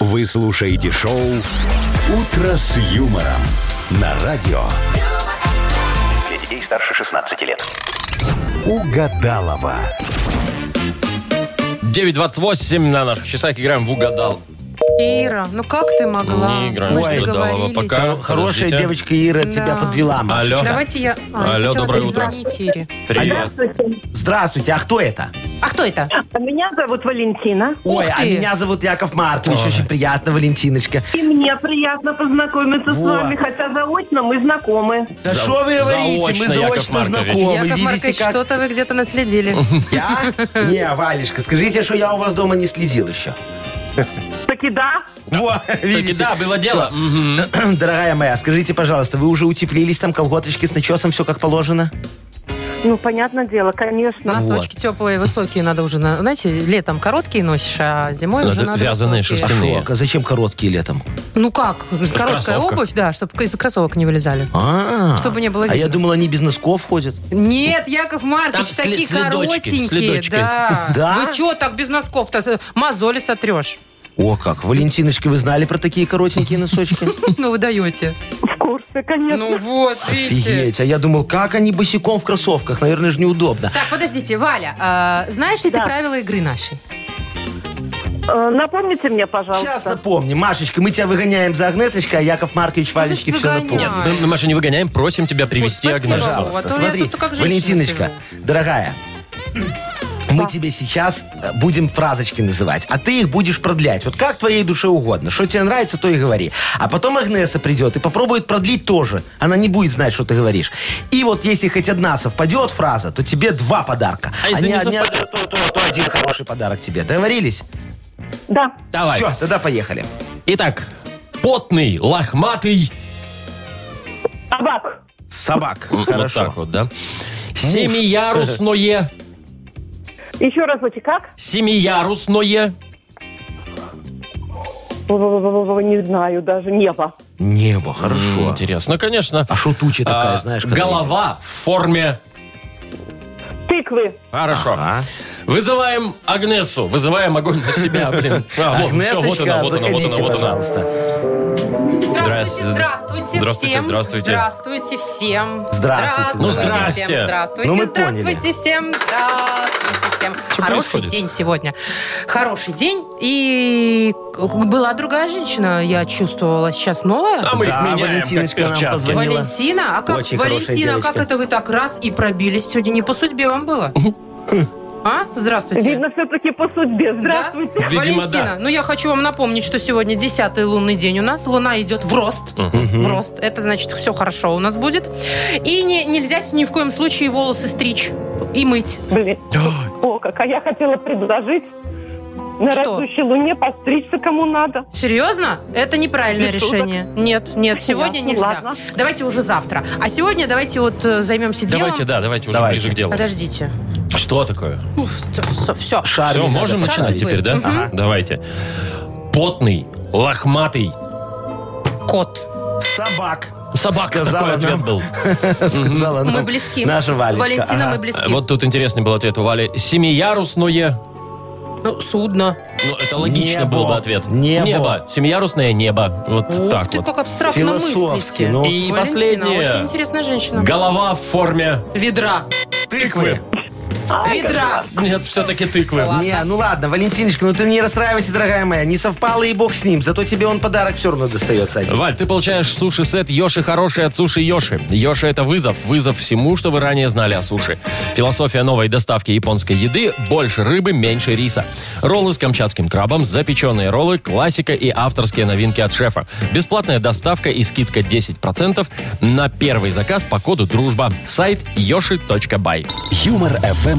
Speaker 4: Вы слушаете шоу «Утро с юмором» на радио
Speaker 7: Для детей старше 16 лет.
Speaker 4: Угадалова.
Speaker 1: 9.28 на наших часах играем в угадал.
Speaker 2: Ира, ну как ты могла?
Speaker 1: Не играем
Speaker 2: Мы
Speaker 1: в
Speaker 2: же
Speaker 1: угадалово
Speaker 2: договорились.
Speaker 1: пока.
Speaker 3: Хоро- Хорошая
Speaker 1: Подождите. а?
Speaker 3: девочка Ира тебя подвела, Машечка.
Speaker 1: Алло.
Speaker 2: Давайте я...
Speaker 1: Алло,
Speaker 2: А, я хотела
Speaker 1: доброе утро.
Speaker 2: перезвонить Ире.
Speaker 1: Привет.
Speaker 3: Здравствуйте, а кто это?
Speaker 2: А кто это?
Speaker 9: А Меня зовут Валентина.
Speaker 3: Ой, а
Speaker 2: ты.
Speaker 3: меня зовут Яков Маркович. Очень приятно, Валентиночка.
Speaker 9: И мне приятно познакомиться
Speaker 3: Во.
Speaker 9: с вами, хотя заочно мы знакомы.
Speaker 3: Да что вы говорите, мы
Speaker 1: заочно, Яков
Speaker 3: заочно
Speaker 1: Маркович.
Speaker 3: знакомы.
Speaker 2: Яков
Speaker 3: Видите,
Speaker 2: Маркович,
Speaker 3: как
Speaker 2: что-то вы где-то наследили.
Speaker 3: Я? Не, Валечка, скажите, что я у вас дома не следил еще.
Speaker 9: Таки да,
Speaker 3: Во,
Speaker 1: Таки
Speaker 3: видите?
Speaker 1: да, было дело. Мгм.
Speaker 3: Дорогая моя, скажите, пожалуйста, вы уже утеплились там, колготочки с начесом, все как положено?
Speaker 9: ну, понятное дело,
Speaker 8: А?
Speaker 9: конечно.
Speaker 2: Носочки теплые, высокие надо уже, на- знаете, летом короткие носишь, а зимой
Speaker 1: Надо
Speaker 2: уже надо
Speaker 1: вязаные,
Speaker 2: высокие.
Speaker 1: шерстяные. Стяные.
Speaker 3: Шо, а зачем короткие летом?
Speaker 2: Ну как, короткая
Speaker 1: кроссовках.
Speaker 2: обувь, да, чтобы из кроссовок не вылезали.
Speaker 3: А,
Speaker 2: Чтобы не было видно.
Speaker 3: А я думал, они без носков ходят.
Speaker 2: Нет, Яков
Speaker 1: Там
Speaker 2: Маркович,
Speaker 1: сли-
Speaker 2: такие
Speaker 1: следочки,
Speaker 2: коротенькие.
Speaker 1: следочки.
Speaker 2: Да.
Speaker 3: Да?
Speaker 2: Вы что так без носков-то? Мозоли сотрешь.
Speaker 3: О, как. Валентиночка, вы знали про такие коротенькие носочки?
Speaker 2: Ну, вы даете.
Speaker 9: В курсе, конечно.
Speaker 2: Ну вот, видите.
Speaker 3: Офигеть. А я думал, как они босиком в кроссовках? Наверное же неудобно.
Speaker 2: Так, подождите, Валя, а, знаешь ли ты
Speaker 9: Да.
Speaker 2: правила игры нашей?
Speaker 8: Ну.
Speaker 9: Э, Напомните мне,
Speaker 3: Сейчас
Speaker 9: пожалуйста.
Speaker 3: напомни, Машечка, мы тебя выгоняем за Агнесочкой, а Яков Маркович
Speaker 2: значит
Speaker 3: Валечке все
Speaker 2: выгоняем?
Speaker 3: напомнит.
Speaker 1: Мы, Маша, не выгоняем, просим тебя привести
Speaker 2: Ой,
Speaker 3: Типа,
Speaker 2: спасибо.
Speaker 1: Агнесу.
Speaker 2: Вова, а
Speaker 3: Пожалуйста,
Speaker 2: то я
Speaker 3: смотри,
Speaker 2: тут как женщина
Speaker 3: Валентиночка, дорогая, мы тебе сейчас э, будем фразочки называть, а ты их будешь продлять. Вот как твоей душе угодно. Что тебе нравится, то и говори. А потом Агнеса придет и попробует продлить тоже. Она не будет знать, что ты говоришь. И вот если хоть одна совпадет фраза, то тебе два подарка.
Speaker 1: А если
Speaker 3: не
Speaker 1: не
Speaker 3: одни-
Speaker 1: совпадет?
Speaker 3: то, то- то один хороший подарок тебе. Договорились?
Speaker 9: Да,
Speaker 1: Давай.
Speaker 3: Все, тогда поехали.
Speaker 1: Итак, потный, лохматый.
Speaker 9: А табак,
Speaker 3: Собак.
Speaker 1: Вот
Speaker 3: Хорошо.
Speaker 1: так вот, да. Семиярусное.
Speaker 9: Еще разочек, как?
Speaker 1: Семиярусное.
Speaker 9: Бу-бу-бу-бу-бу, Не знаю даже, небо.
Speaker 3: Небо, хорошо.
Speaker 1: Интересно, конечно.
Speaker 3: А что туча такая,
Speaker 1: А,
Speaker 3: знаешь? когда
Speaker 1: голова в форме.
Speaker 9: Тыквы.
Speaker 1: Хорошо.
Speaker 3: Ага.
Speaker 1: Вызываем Агнесу. Вызываем огонь на себя, блин. А, вот, всё, вот она,
Speaker 3: Агнесочка,
Speaker 1: вот она, вот она,
Speaker 3: заходите,
Speaker 1: вот она.
Speaker 3: пожалуйста.
Speaker 1: Здравствуйте.
Speaker 2: Здравствуйте, здравствуйте
Speaker 1: Здравствуйте,
Speaker 2: всем.
Speaker 1: здравствуйте.
Speaker 2: Здравствуйте всем.
Speaker 3: Здравствуйте,
Speaker 1: Ну,
Speaker 2: здравствуйте.
Speaker 1: здрасте.
Speaker 2: всем. Здравствуйте,
Speaker 3: Ну, мы
Speaker 2: здравствуйте
Speaker 3: поняли.
Speaker 2: всем. Здравствуйте всем.
Speaker 1: Что
Speaker 2: Хороший
Speaker 1: происходит?
Speaker 2: день сегодня. Хороший день. И к- была другая женщина, я чувствовала сейчас новая.
Speaker 1: А мы их
Speaker 3: Да,
Speaker 1: меняем, как
Speaker 3: Валентиночка нам
Speaker 1: перчатки.
Speaker 3: позвонила.
Speaker 2: Валентина, а как
Speaker 3: Очень хорошая
Speaker 2: Валентина, как
Speaker 3: девочка.
Speaker 2: это вы так раз и пробились сегодня? Не по судьбе вам было? А? Здравствуйте.
Speaker 9: Видно, все-таки по судьбе. Здравствуйте.
Speaker 2: Да?
Speaker 1: Видимо,
Speaker 2: Валентина,
Speaker 1: да.
Speaker 2: ну я хочу вам напомнить, что сегодня 10 лунный день у нас. Луна идет в рост. В рост. Это значит, все хорошо у нас будет. И не- нельзя ни в коем случае волосы стричь и мыть.
Speaker 9: Блин. О, как. А я хотела предложить на
Speaker 2: Что?
Speaker 9: растущей луне постричься кому надо.
Speaker 2: Серьезно? Это неправильное
Speaker 9: Без шуток.
Speaker 2: решение. Нет, нет, сегодня
Speaker 9: Ясно,
Speaker 2: нельзя.
Speaker 9: Ну, ладно.
Speaker 2: Давайте уже завтра. А сегодня давайте вот э, займемся
Speaker 1: Давайте,
Speaker 2: делом.
Speaker 1: да, давайте уже
Speaker 3: Давайте.
Speaker 1: ближе к делу.
Speaker 2: Подождите. Ну,
Speaker 1: Что такое?
Speaker 2: Все.
Speaker 3: Шар
Speaker 1: Все,
Speaker 3: не надо
Speaker 1: можем начинать
Speaker 3: поставить.
Speaker 1: теперь, да?
Speaker 2: Мгм.
Speaker 1: Ага. Давайте. Потный, лохматый.
Speaker 2: Кот.
Speaker 3: Собак.
Speaker 1: Собака такой
Speaker 3: Сказала
Speaker 1: ответ
Speaker 3: нам.
Speaker 1: был.
Speaker 3: Сказала
Speaker 2: Мы
Speaker 1: Ну,
Speaker 3: нам
Speaker 2: близки.
Speaker 3: Наша Валечка.
Speaker 2: Валентина,
Speaker 3: Ага.
Speaker 2: мы близки.
Speaker 1: Э, Вот тут интересный был ответ у Вали. Семиярусное.
Speaker 2: Ну, судно.
Speaker 1: Ну, это логично
Speaker 3: Небо.
Speaker 1: был бы ответ.
Speaker 3: Небо.
Speaker 1: Семиярусное небо. Вот
Speaker 2: Ух
Speaker 1: так
Speaker 2: ты,
Speaker 1: вот.
Speaker 2: как абстрактно
Speaker 3: Философски,
Speaker 2: мыслите.
Speaker 3: ну.
Speaker 1: И
Speaker 2: Валентина,
Speaker 1: последнее.
Speaker 2: Очень интересная женщина.
Speaker 1: Голова в форме
Speaker 2: Ведра.
Speaker 1: тыквы.
Speaker 2: Ведра. Ну,
Speaker 1: Нет, все-таки тыквы.
Speaker 3: Не, ну ладно, Валентиночка, ну ты не расстраивайся, дорогая моя. Не совпало и бог с ним. Зато тебе он подарок все равно достается один.
Speaker 1: Валь, ты получаешь суши-сет Йоши Хороший от Суши Йоши. Йоши – это вызов. Вызов всему, что вы ранее знали о суши. Философия новой доставки японской еды – больше рыбы, меньше риса. Роллы с камчатским крабом, запеченные роллы, классика и авторские новинки от шефа. Бесплатная доставка и скидка 10% на первый заказ по коду «Дружба». Сайт yoshi.by.
Speaker 4: Юмор FM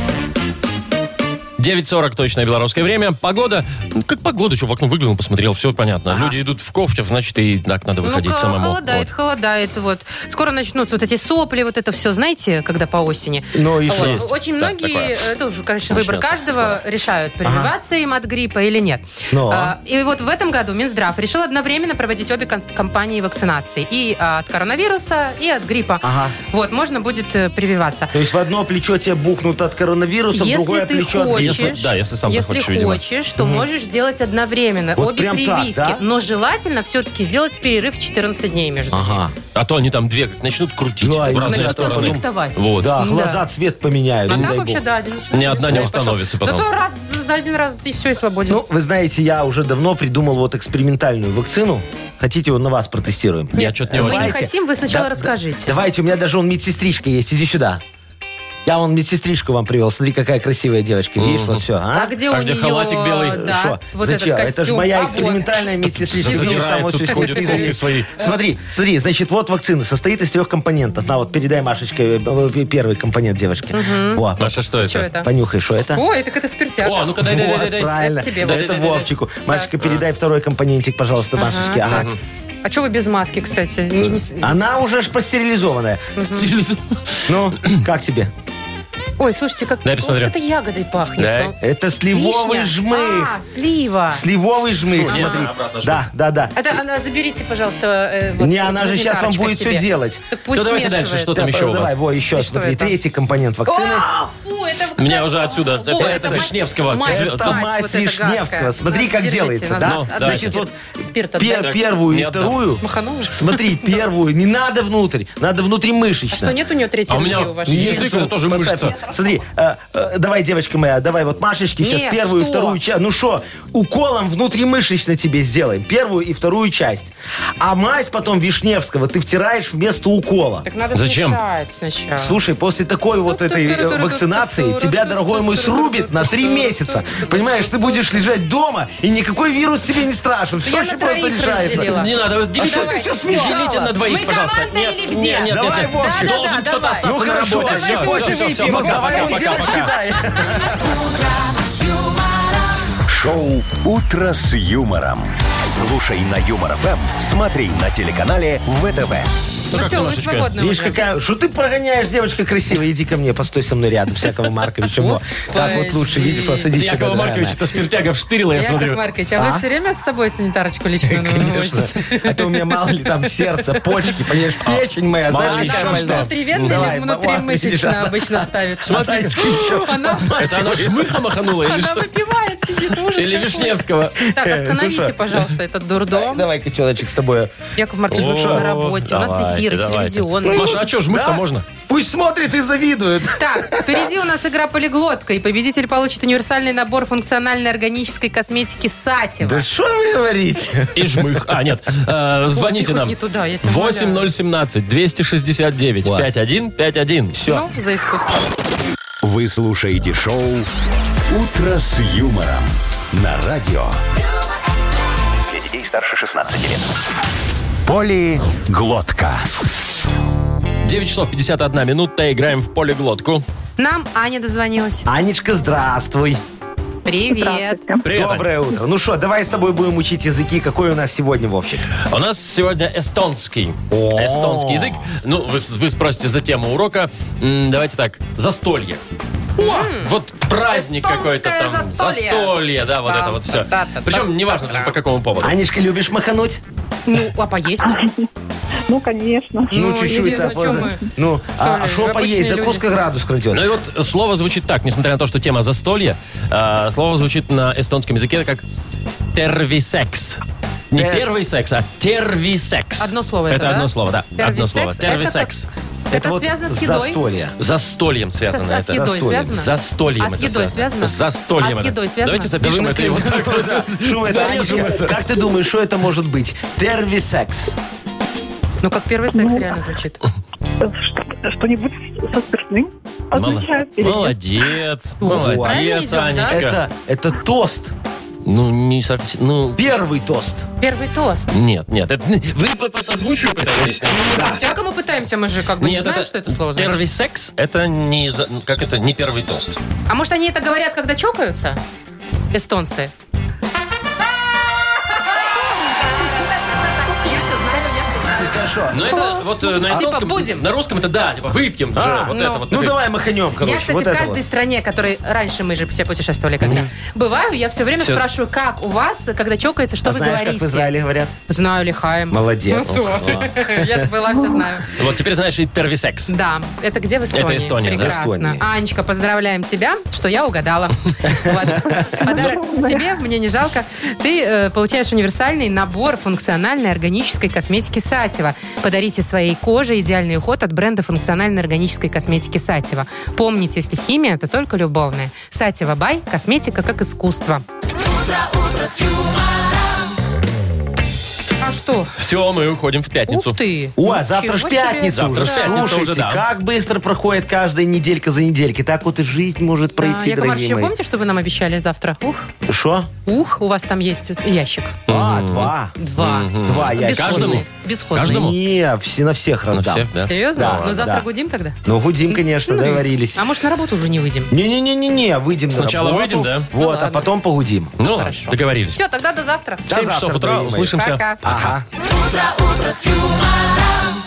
Speaker 1: 9.40 точное белорусское время. Погода, ну, как погода, что в окно выглянул, посмотрел, все понятно. Люди идут в кофтах, значит, и так надо выходить
Speaker 2: ну, ка-
Speaker 1: самому.
Speaker 2: холодает,
Speaker 1: Вот.
Speaker 2: холодает. Вот. Скоро начнутся вот эти сопли, вот это все, знаете, когда по осени.
Speaker 3: Ну и
Speaker 2: Вот.
Speaker 3: что?
Speaker 1: Есть.
Speaker 2: Очень
Speaker 1: Так,
Speaker 2: многие, э,
Speaker 1: такое.
Speaker 2: это уже, конечно, выбор
Speaker 1: Начнется
Speaker 2: каждого, решают, прививаться им от гриппа или нет.
Speaker 3: Ну.
Speaker 2: А, и вот в этом году Минздрав решил одновременно проводить обе кон- кампании вакцинации. И а, от коронавируса, и от гриппа.
Speaker 3: Ага.
Speaker 2: Вот, можно будет э, прививаться.
Speaker 3: То есть в одно плечо тебе бухнут от коронавируса, в
Speaker 2: Если
Speaker 3: другое
Speaker 2: ты
Speaker 3: плечо от
Speaker 2: хочешь,
Speaker 3: гриппа.
Speaker 1: Если- да, если сам
Speaker 2: если
Speaker 1: захочешь, видимо.
Speaker 2: хочешь, то можешь сделать одновременно
Speaker 3: Вот
Speaker 2: обе
Speaker 3: прям так,
Speaker 2: прививки.
Speaker 3: да?
Speaker 2: Но желательно все-таки сделать перерыв в 14 дней между
Speaker 3: Ага.
Speaker 1: А то они там две как начнут крутить
Speaker 3: Да,
Speaker 1: в
Speaker 3: и
Speaker 1: разные
Speaker 2: Значит,
Speaker 3: Начнут
Speaker 1: стороны.
Speaker 2: конфликтовать.
Speaker 1: Вот.
Speaker 3: Да,
Speaker 2: Да.
Speaker 3: глаза цвет поменяют,
Speaker 2: А
Speaker 3: не
Speaker 2: так
Speaker 3: дай
Speaker 2: вообще,
Speaker 3: бог.
Speaker 2: да, один-
Speaker 1: Ни одна не
Speaker 2: пошел.
Speaker 1: установится потом.
Speaker 2: Зато раз за один раз и все, и свободен.
Speaker 3: Ну, вы знаете, я уже давно придумал вот экспериментальную вакцину. Хотите, вот на вас протестируем?
Speaker 1: Я что-то не
Speaker 2: Э, мы
Speaker 1: очень.
Speaker 2: не
Speaker 3: Давайте.
Speaker 2: хотим, вы сначала
Speaker 3: Да,
Speaker 2: расскажите.
Speaker 3: Давайте, у меня даже он медсестричка есть, иди сюда. Я вон медсестричку вам привел. Смотри, какая красивая девочка. Видишь, вот все. А,
Speaker 2: А где
Speaker 1: А
Speaker 2: у
Speaker 1: где
Speaker 2: нее...
Speaker 1: халатик белый?
Speaker 2: Да,
Speaker 3: Шо?
Speaker 2: вот
Speaker 3: Зачем?
Speaker 2: этот
Speaker 3: это же
Speaker 2: костюм.
Speaker 3: моя
Speaker 2: А,
Speaker 3: экспериментальная медсестричка.
Speaker 1: Сейчас
Speaker 3: Видишь,
Speaker 1: задирает,
Speaker 3: там вот
Speaker 1: тут
Speaker 3: всё
Speaker 1: ходит,
Speaker 3: снизу.
Speaker 1: кофты свои.
Speaker 3: Смотри, смотри, значит, вот вакцина состоит из трех компонентов. На, вот передай Машечка э, э, первый компонент девочки. Во,
Speaker 1: Маша, что это?
Speaker 2: Вот. Что А это?
Speaker 3: понюхай, что это?
Speaker 2: О, это какая-то спиртяга.
Speaker 1: О, ну-ка, дай, дай,
Speaker 3: Вот,
Speaker 1: дай, дай.
Speaker 3: правильно.
Speaker 2: Это тебе,
Speaker 3: Да,
Speaker 2: вот
Speaker 3: это
Speaker 2: это, да.
Speaker 3: Вовчику. Машечка, передай второй компонентик, пожалуйста, Машечке. Ага.
Speaker 2: А что вы без маски, кстати? Не- не с-
Speaker 3: Она уже ж постерилизованная.
Speaker 1: Стилизу-
Speaker 3: Ну, как тебе?
Speaker 2: Ой, слушайте, как
Speaker 1: Дай посмотрю.
Speaker 2: это ягодой пахнет.
Speaker 1: Дай.
Speaker 2: Вам-
Speaker 3: Это сливовый
Speaker 2: Вишня?
Speaker 3: жмых.
Speaker 2: А, слива.
Speaker 3: Сливовый жмых,
Speaker 1: Фу, нет,
Speaker 3: смотри.
Speaker 1: обратно
Speaker 3: Да, да, да.
Speaker 2: Это, она, заберите, пожалуйста. э, вот
Speaker 3: Не, она же сейчас вам
Speaker 2: санитарочка
Speaker 3: будет все
Speaker 2: себе.
Speaker 3: делать.
Speaker 2: Так пусть
Speaker 1: Ну, давайте дальше,
Speaker 2: смешивает.
Speaker 1: что там
Speaker 3: Да,
Speaker 1: еще у вас?
Speaker 3: Давай, во, еще,
Speaker 2: И что
Speaker 3: смотри,
Speaker 2: это?
Speaker 3: третий компонент вакцины.
Speaker 2: А, фу, это вы
Speaker 1: Меня
Speaker 2: как-
Speaker 1: уже отсюда.
Speaker 2: О,
Speaker 1: Это
Speaker 2: мать-
Speaker 1: Вишневского.
Speaker 2: мать,
Speaker 1: Это
Speaker 2: мать
Speaker 3: мать
Speaker 2: вот эта
Speaker 3: Вишневского.
Speaker 2: гадкая.
Speaker 3: Смотри, как
Speaker 2: Держите,
Speaker 3: делается,
Speaker 2: назад.
Speaker 3: да?
Speaker 1: Ну,
Speaker 2: Отдайте
Speaker 1: давайте.
Speaker 2: вот Спирт отдайте.
Speaker 3: Пер- первую
Speaker 1: Не
Speaker 3: и
Speaker 1: отдам.
Speaker 3: вторую.
Speaker 2: Маханула?
Speaker 3: Смотри, первую. Не надо внутрь. Надо внутримышечно.
Speaker 2: Что, нет у нее третьей
Speaker 1: А у меня
Speaker 2: руки у вашей?
Speaker 1: язык, это тоже
Speaker 3: Поставь.
Speaker 1: мышца.
Speaker 3: Смотри, э, э, давай, девочка моя, давай вот Машечке сейчас
Speaker 2: Нет,
Speaker 3: первую и
Speaker 2: что?
Speaker 3: вторую часть. Ну что, уколом внутримышечно тебе сделаем. Первую и вторую часть. А мазь потом Вишневского ты втираешь вместо укола.
Speaker 2: Так надо
Speaker 1: Зачем?
Speaker 2: смешать сначала.
Speaker 3: Слушай, после такой
Speaker 1: Ну,
Speaker 3: вот этой э, вакцинации тебя, дорогой мой, срубит на три месяца. Понимаешь, ты будешь лежать дома, и никакой вирус тебе не страшен. Все
Speaker 2: Я
Speaker 3: очень
Speaker 2: на
Speaker 3: просто
Speaker 2: троих разделила.
Speaker 3: решается.
Speaker 1: Не надо, вот делите,
Speaker 3: А что ты всё смешала?
Speaker 1: делите на двоих,
Speaker 2: Мы
Speaker 1: пожалуйста.
Speaker 2: команда
Speaker 1: Нет,
Speaker 2: или
Speaker 1: нет,
Speaker 2: где?
Speaker 1: Нет, нет,
Speaker 3: Давай,
Speaker 1: нет.
Speaker 3: Вовчик.
Speaker 2: Да-да-да,
Speaker 1: Должен кто-то
Speaker 2: давай.
Speaker 1: остаться
Speaker 3: Ну,
Speaker 1: на
Speaker 3: хорошо,
Speaker 1: работе.
Speaker 3: давайте
Speaker 1: Всё,
Speaker 3: больше
Speaker 1: всё, всё,
Speaker 3: выпьем.
Speaker 1: всё,
Speaker 3: Ну,
Speaker 1: пока,
Speaker 3: давай,
Speaker 1: пока,
Speaker 3: девочки,
Speaker 1: пока.
Speaker 3: дай.
Speaker 4: Шоу «Утро с юмором». Слушай на Юмор ФМ, смотри на телеканале ВТВ.
Speaker 2: Ну
Speaker 1: как
Speaker 2: все,
Speaker 1: ты,
Speaker 2: вы
Speaker 1: Машечка?
Speaker 2: свободны
Speaker 3: Видишь,
Speaker 2: уже.
Speaker 3: какая... Что ты прогоняешь, девочка красивая? Иди ко мне, постой со мной рядом, Всякого Марковича. Во, Так вот лучше, видишь, вот садись сюда.
Speaker 1: Якова
Speaker 3: да,
Speaker 1: Марковича, это спиртяга вштырила, я
Speaker 2: Яков
Speaker 1: смотрю.
Speaker 2: Маркович, а вы все время с собой санитарочку личную
Speaker 3: да. Конечно.
Speaker 2: носите?
Speaker 3: А то у меня мало ли там сердце, почки, понимаешь, печень моя,
Speaker 1: мало
Speaker 3: знаешь,
Speaker 1: ли
Speaker 3: какая
Speaker 1: там
Speaker 2: Она
Speaker 1: А, что,
Speaker 3: больная.
Speaker 2: внутривенно
Speaker 3: Давай,
Speaker 2: или внутримышечно
Speaker 3: ладно,
Speaker 2: обычно ставит?
Speaker 3: а, Смотри,
Speaker 2: Она
Speaker 1: Это она шмыха маханула или
Speaker 2: она
Speaker 1: что?
Speaker 2: выпивает, сидит, ужас
Speaker 1: Или
Speaker 2: какой.
Speaker 1: Вишневского.
Speaker 2: Так, остановите,
Speaker 3: Слушай.
Speaker 2: пожалуйста, этот дурдом.
Speaker 3: Давай-ка, человечек, с тобой.
Speaker 2: Яков Маркович, вы
Speaker 1: О,
Speaker 2: на работе, у нас
Speaker 1: давайте,
Speaker 2: эфиры
Speaker 1: давайте.
Speaker 2: телевизионные.
Speaker 1: Маша, а что, жмых-то
Speaker 3: Да?
Speaker 1: можно?
Speaker 3: Пусть смотрит и завидует.
Speaker 2: Так, впереди у нас игра полиглотка, и победитель получит универсальный набор функциональной органической косметики Сатева.
Speaker 3: Да что вы говорите?
Speaker 1: И жмых. А, нет. Э, Звоните
Speaker 2: хоть
Speaker 1: нам.
Speaker 2: не туда, я тебя умоляю.
Speaker 1: 8017-269-5151. Все.
Speaker 2: Ну, за искусство.
Speaker 4: Вы слушаете шоу «Утро с юмором» на радио.
Speaker 7: Для детей старше 16 лет.
Speaker 4: Полиглотка.
Speaker 1: 9 часов 51 минута. Играем в полиглотку.
Speaker 2: Нам Аня дозвонилась.
Speaker 3: Анечка, здравствуй.
Speaker 2: Привет.
Speaker 9: Здравствуйте.
Speaker 1: Привет. Ань.
Speaker 3: Доброе утро. Ну что, давай с тобой будем учить языки. Какой у нас сегодня, Вовчик?
Speaker 1: У нас сегодня эстонский.
Speaker 3: О.
Speaker 1: Эстонский язык. Ну, вы, вы спросите за тему урока. М, давайте так. Застолье. Вот праздник
Speaker 2: Эстонское
Speaker 1: какой-то там.
Speaker 2: застолье.
Speaker 1: да, вот
Speaker 2: Там,
Speaker 1: это вот все.
Speaker 2: та-та-та-та-та.
Speaker 1: Причем неважно, даже по какому поводу.
Speaker 3: Анечка, любишь махануть?
Speaker 2: Ну, а поесть?
Speaker 9: Ну, конечно.
Speaker 2: Ну, интересно,
Speaker 3: так,
Speaker 2: чё
Speaker 3: вот.
Speaker 2: мы?
Speaker 3: Ну,
Speaker 2: ли,
Speaker 3: а
Speaker 2: вы
Speaker 3: что
Speaker 2: обычные
Speaker 3: поесть? Закуска градус
Speaker 1: Ну
Speaker 3: крадет.
Speaker 1: и вот слово звучит так, несмотря на то, что тема застолье, э, слово звучит на эстонском языке как тервисекс. Не
Speaker 3: Тер-
Speaker 1: первый секс, а тервисекс.
Speaker 2: Одно слово это, да?
Speaker 1: одно слово, да. Одно
Speaker 2: Тервисекс?
Speaker 1: слово.
Speaker 2: Это
Speaker 1: Тервисекс.
Speaker 2: Это, связано с едой?
Speaker 3: Застолье.
Speaker 1: Застольем связано
Speaker 2: Со- а
Speaker 1: это.
Speaker 2: с едой
Speaker 3: Застолье.
Speaker 2: связано?
Speaker 1: Застольем
Speaker 2: А
Speaker 1: это
Speaker 2: с едой связано?
Speaker 1: С застольем
Speaker 2: А с
Speaker 1: это.
Speaker 2: едой связано?
Speaker 1: Давайте запишем это и вот так вот.
Speaker 3: Что это,
Speaker 1: Нарежем это.
Speaker 3: Анечка? Как ты думаешь, что это может быть? Тервисекс.
Speaker 2: Ну, как первый секс реально звучит.
Speaker 9: Что- Что-нибудь со спиртным
Speaker 1: Мало-
Speaker 9: означает? или нет?
Speaker 1: Молодец,
Speaker 3: Вот.
Speaker 2: Правильно
Speaker 1: молодец,
Speaker 2: идем, да?
Speaker 1: Анечка.
Speaker 3: Это, это тост.
Speaker 1: Ну, не совсем, ну,
Speaker 3: Первый тост.
Speaker 2: Первый тост.
Speaker 1: нет, нет. это- ну, Вы по- по созвучию пытаетесь найти?
Speaker 2: Ну, по-всякому пытаемся, мы же как
Speaker 3: Ну,
Speaker 2: бы не
Speaker 1: Нет,
Speaker 2: знаем, что это слово значит.
Speaker 1: Первый секс это не за- ну, как это не первый тост.
Speaker 2: А может, они это говорят, когда чокаются? Эстонцы. Я все знаю, я все знаю.
Speaker 1: Но это вот э, на
Speaker 2: Типа
Speaker 1: эстонском-
Speaker 2: будем.
Speaker 1: на русском это да, типа выпьем же,
Speaker 3: А,
Speaker 1: вот
Speaker 2: ну.
Speaker 1: это вот.
Speaker 3: Ну
Speaker 1: например.
Speaker 3: давай маханем, короче.
Speaker 2: Я, кстати,
Speaker 3: вот
Speaker 2: в
Speaker 3: это
Speaker 2: каждой
Speaker 3: вот.
Speaker 2: стране, которой раньше мы же все путешествовали когда, бываю, я все время
Speaker 1: Всё.
Speaker 2: спрашиваю, как у вас, когда чокается, что
Speaker 3: А
Speaker 2: вы
Speaker 3: знаешь,
Speaker 2: говорите?
Speaker 3: как в Израиле говорят?
Speaker 2: Знаю, лихаем.
Speaker 3: Молодец.
Speaker 2: Ну что ты? Я же была, все знаю.
Speaker 1: Вот теперь знаешь и первый секс.
Speaker 2: Да, это где в Эстонии?
Speaker 1: Это Эстония, да?
Speaker 2: Прекрасно.
Speaker 3: Эстония.
Speaker 2: Анечка, поздравляем тебя, что я угадала. Вот. Подарок тебе, мне не жалко. Ты э, получаешь универсальный набор функциональной органической косметики Сатева. Подарите своей коже идеальный уход от бренда функциональной органической косметики Сатева. Помните, если химия, то только любовная. Сатева Бай. Косметика как искусство. А что?
Speaker 1: Все, мы уходим в пятницу.
Speaker 2: Ух ты!
Speaker 3: О, а
Speaker 2: Ничего
Speaker 3: завтра ж
Speaker 2: себе.
Speaker 3: пятница
Speaker 1: Завтра
Speaker 3: уже.
Speaker 1: ж пятница
Speaker 3: Слушайте,
Speaker 1: уже, да.
Speaker 3: как быстро проходит каждая неделька за неделькой. Так вот и жизнь может
Speaker 2: Да,
Speaker 3: пройти,
Speaker 2: А, Яков Маркович,
Speaker 3: дорогие мои.
Speaker 2: помните, что вы нам обещали завтра? Ух,
Speaker 3: Что?
Speaker 2: ух, у вас там есть ящик.
Speaker 3: А, два.
Speaker 2: Два.
Speaker 3: Два я
Speaker 1: Каждому?
Speaker 2: Бесхозные. Бесхозные.
Speaker 1: Каждому?
Speaker 3: Не, все на всех
Speaker 1: На
Speaker 3: раздам.
Speaker 1: всех, да.
Speaker 2: Серьезно?
Speaker 3: Да,
Speaker 2: ну,
Speaker 3: да.
Speaker 2: завтра гудим тогда?
Speaker 3: Ну, гудим, конечно, договорились.
Speaker 2: А может, на работу уже не выйдем?
Speaker 3: Не-не-не-не, выйдем на
Speaker 1: Сначала
Speaker 3: работу.
Speaker 1: выйдем, да?
Speaker 3: Вот, а
Speaker 2: Ну ладно.
Speaker 3: потом погудим.
Speaker 1: Ну, договорились.
Speaker 2: Все, тогда до завтра.
Speaker 1: В 7 часов
Speaker 3: завтра,
Speaker 1: утра
Speaker 3: дорогие мои.
Speaker 1: услышимся.
Speaker 2: Пока.
Speaker 3: Ага.
Speaker 10: Утро, утро с юмором.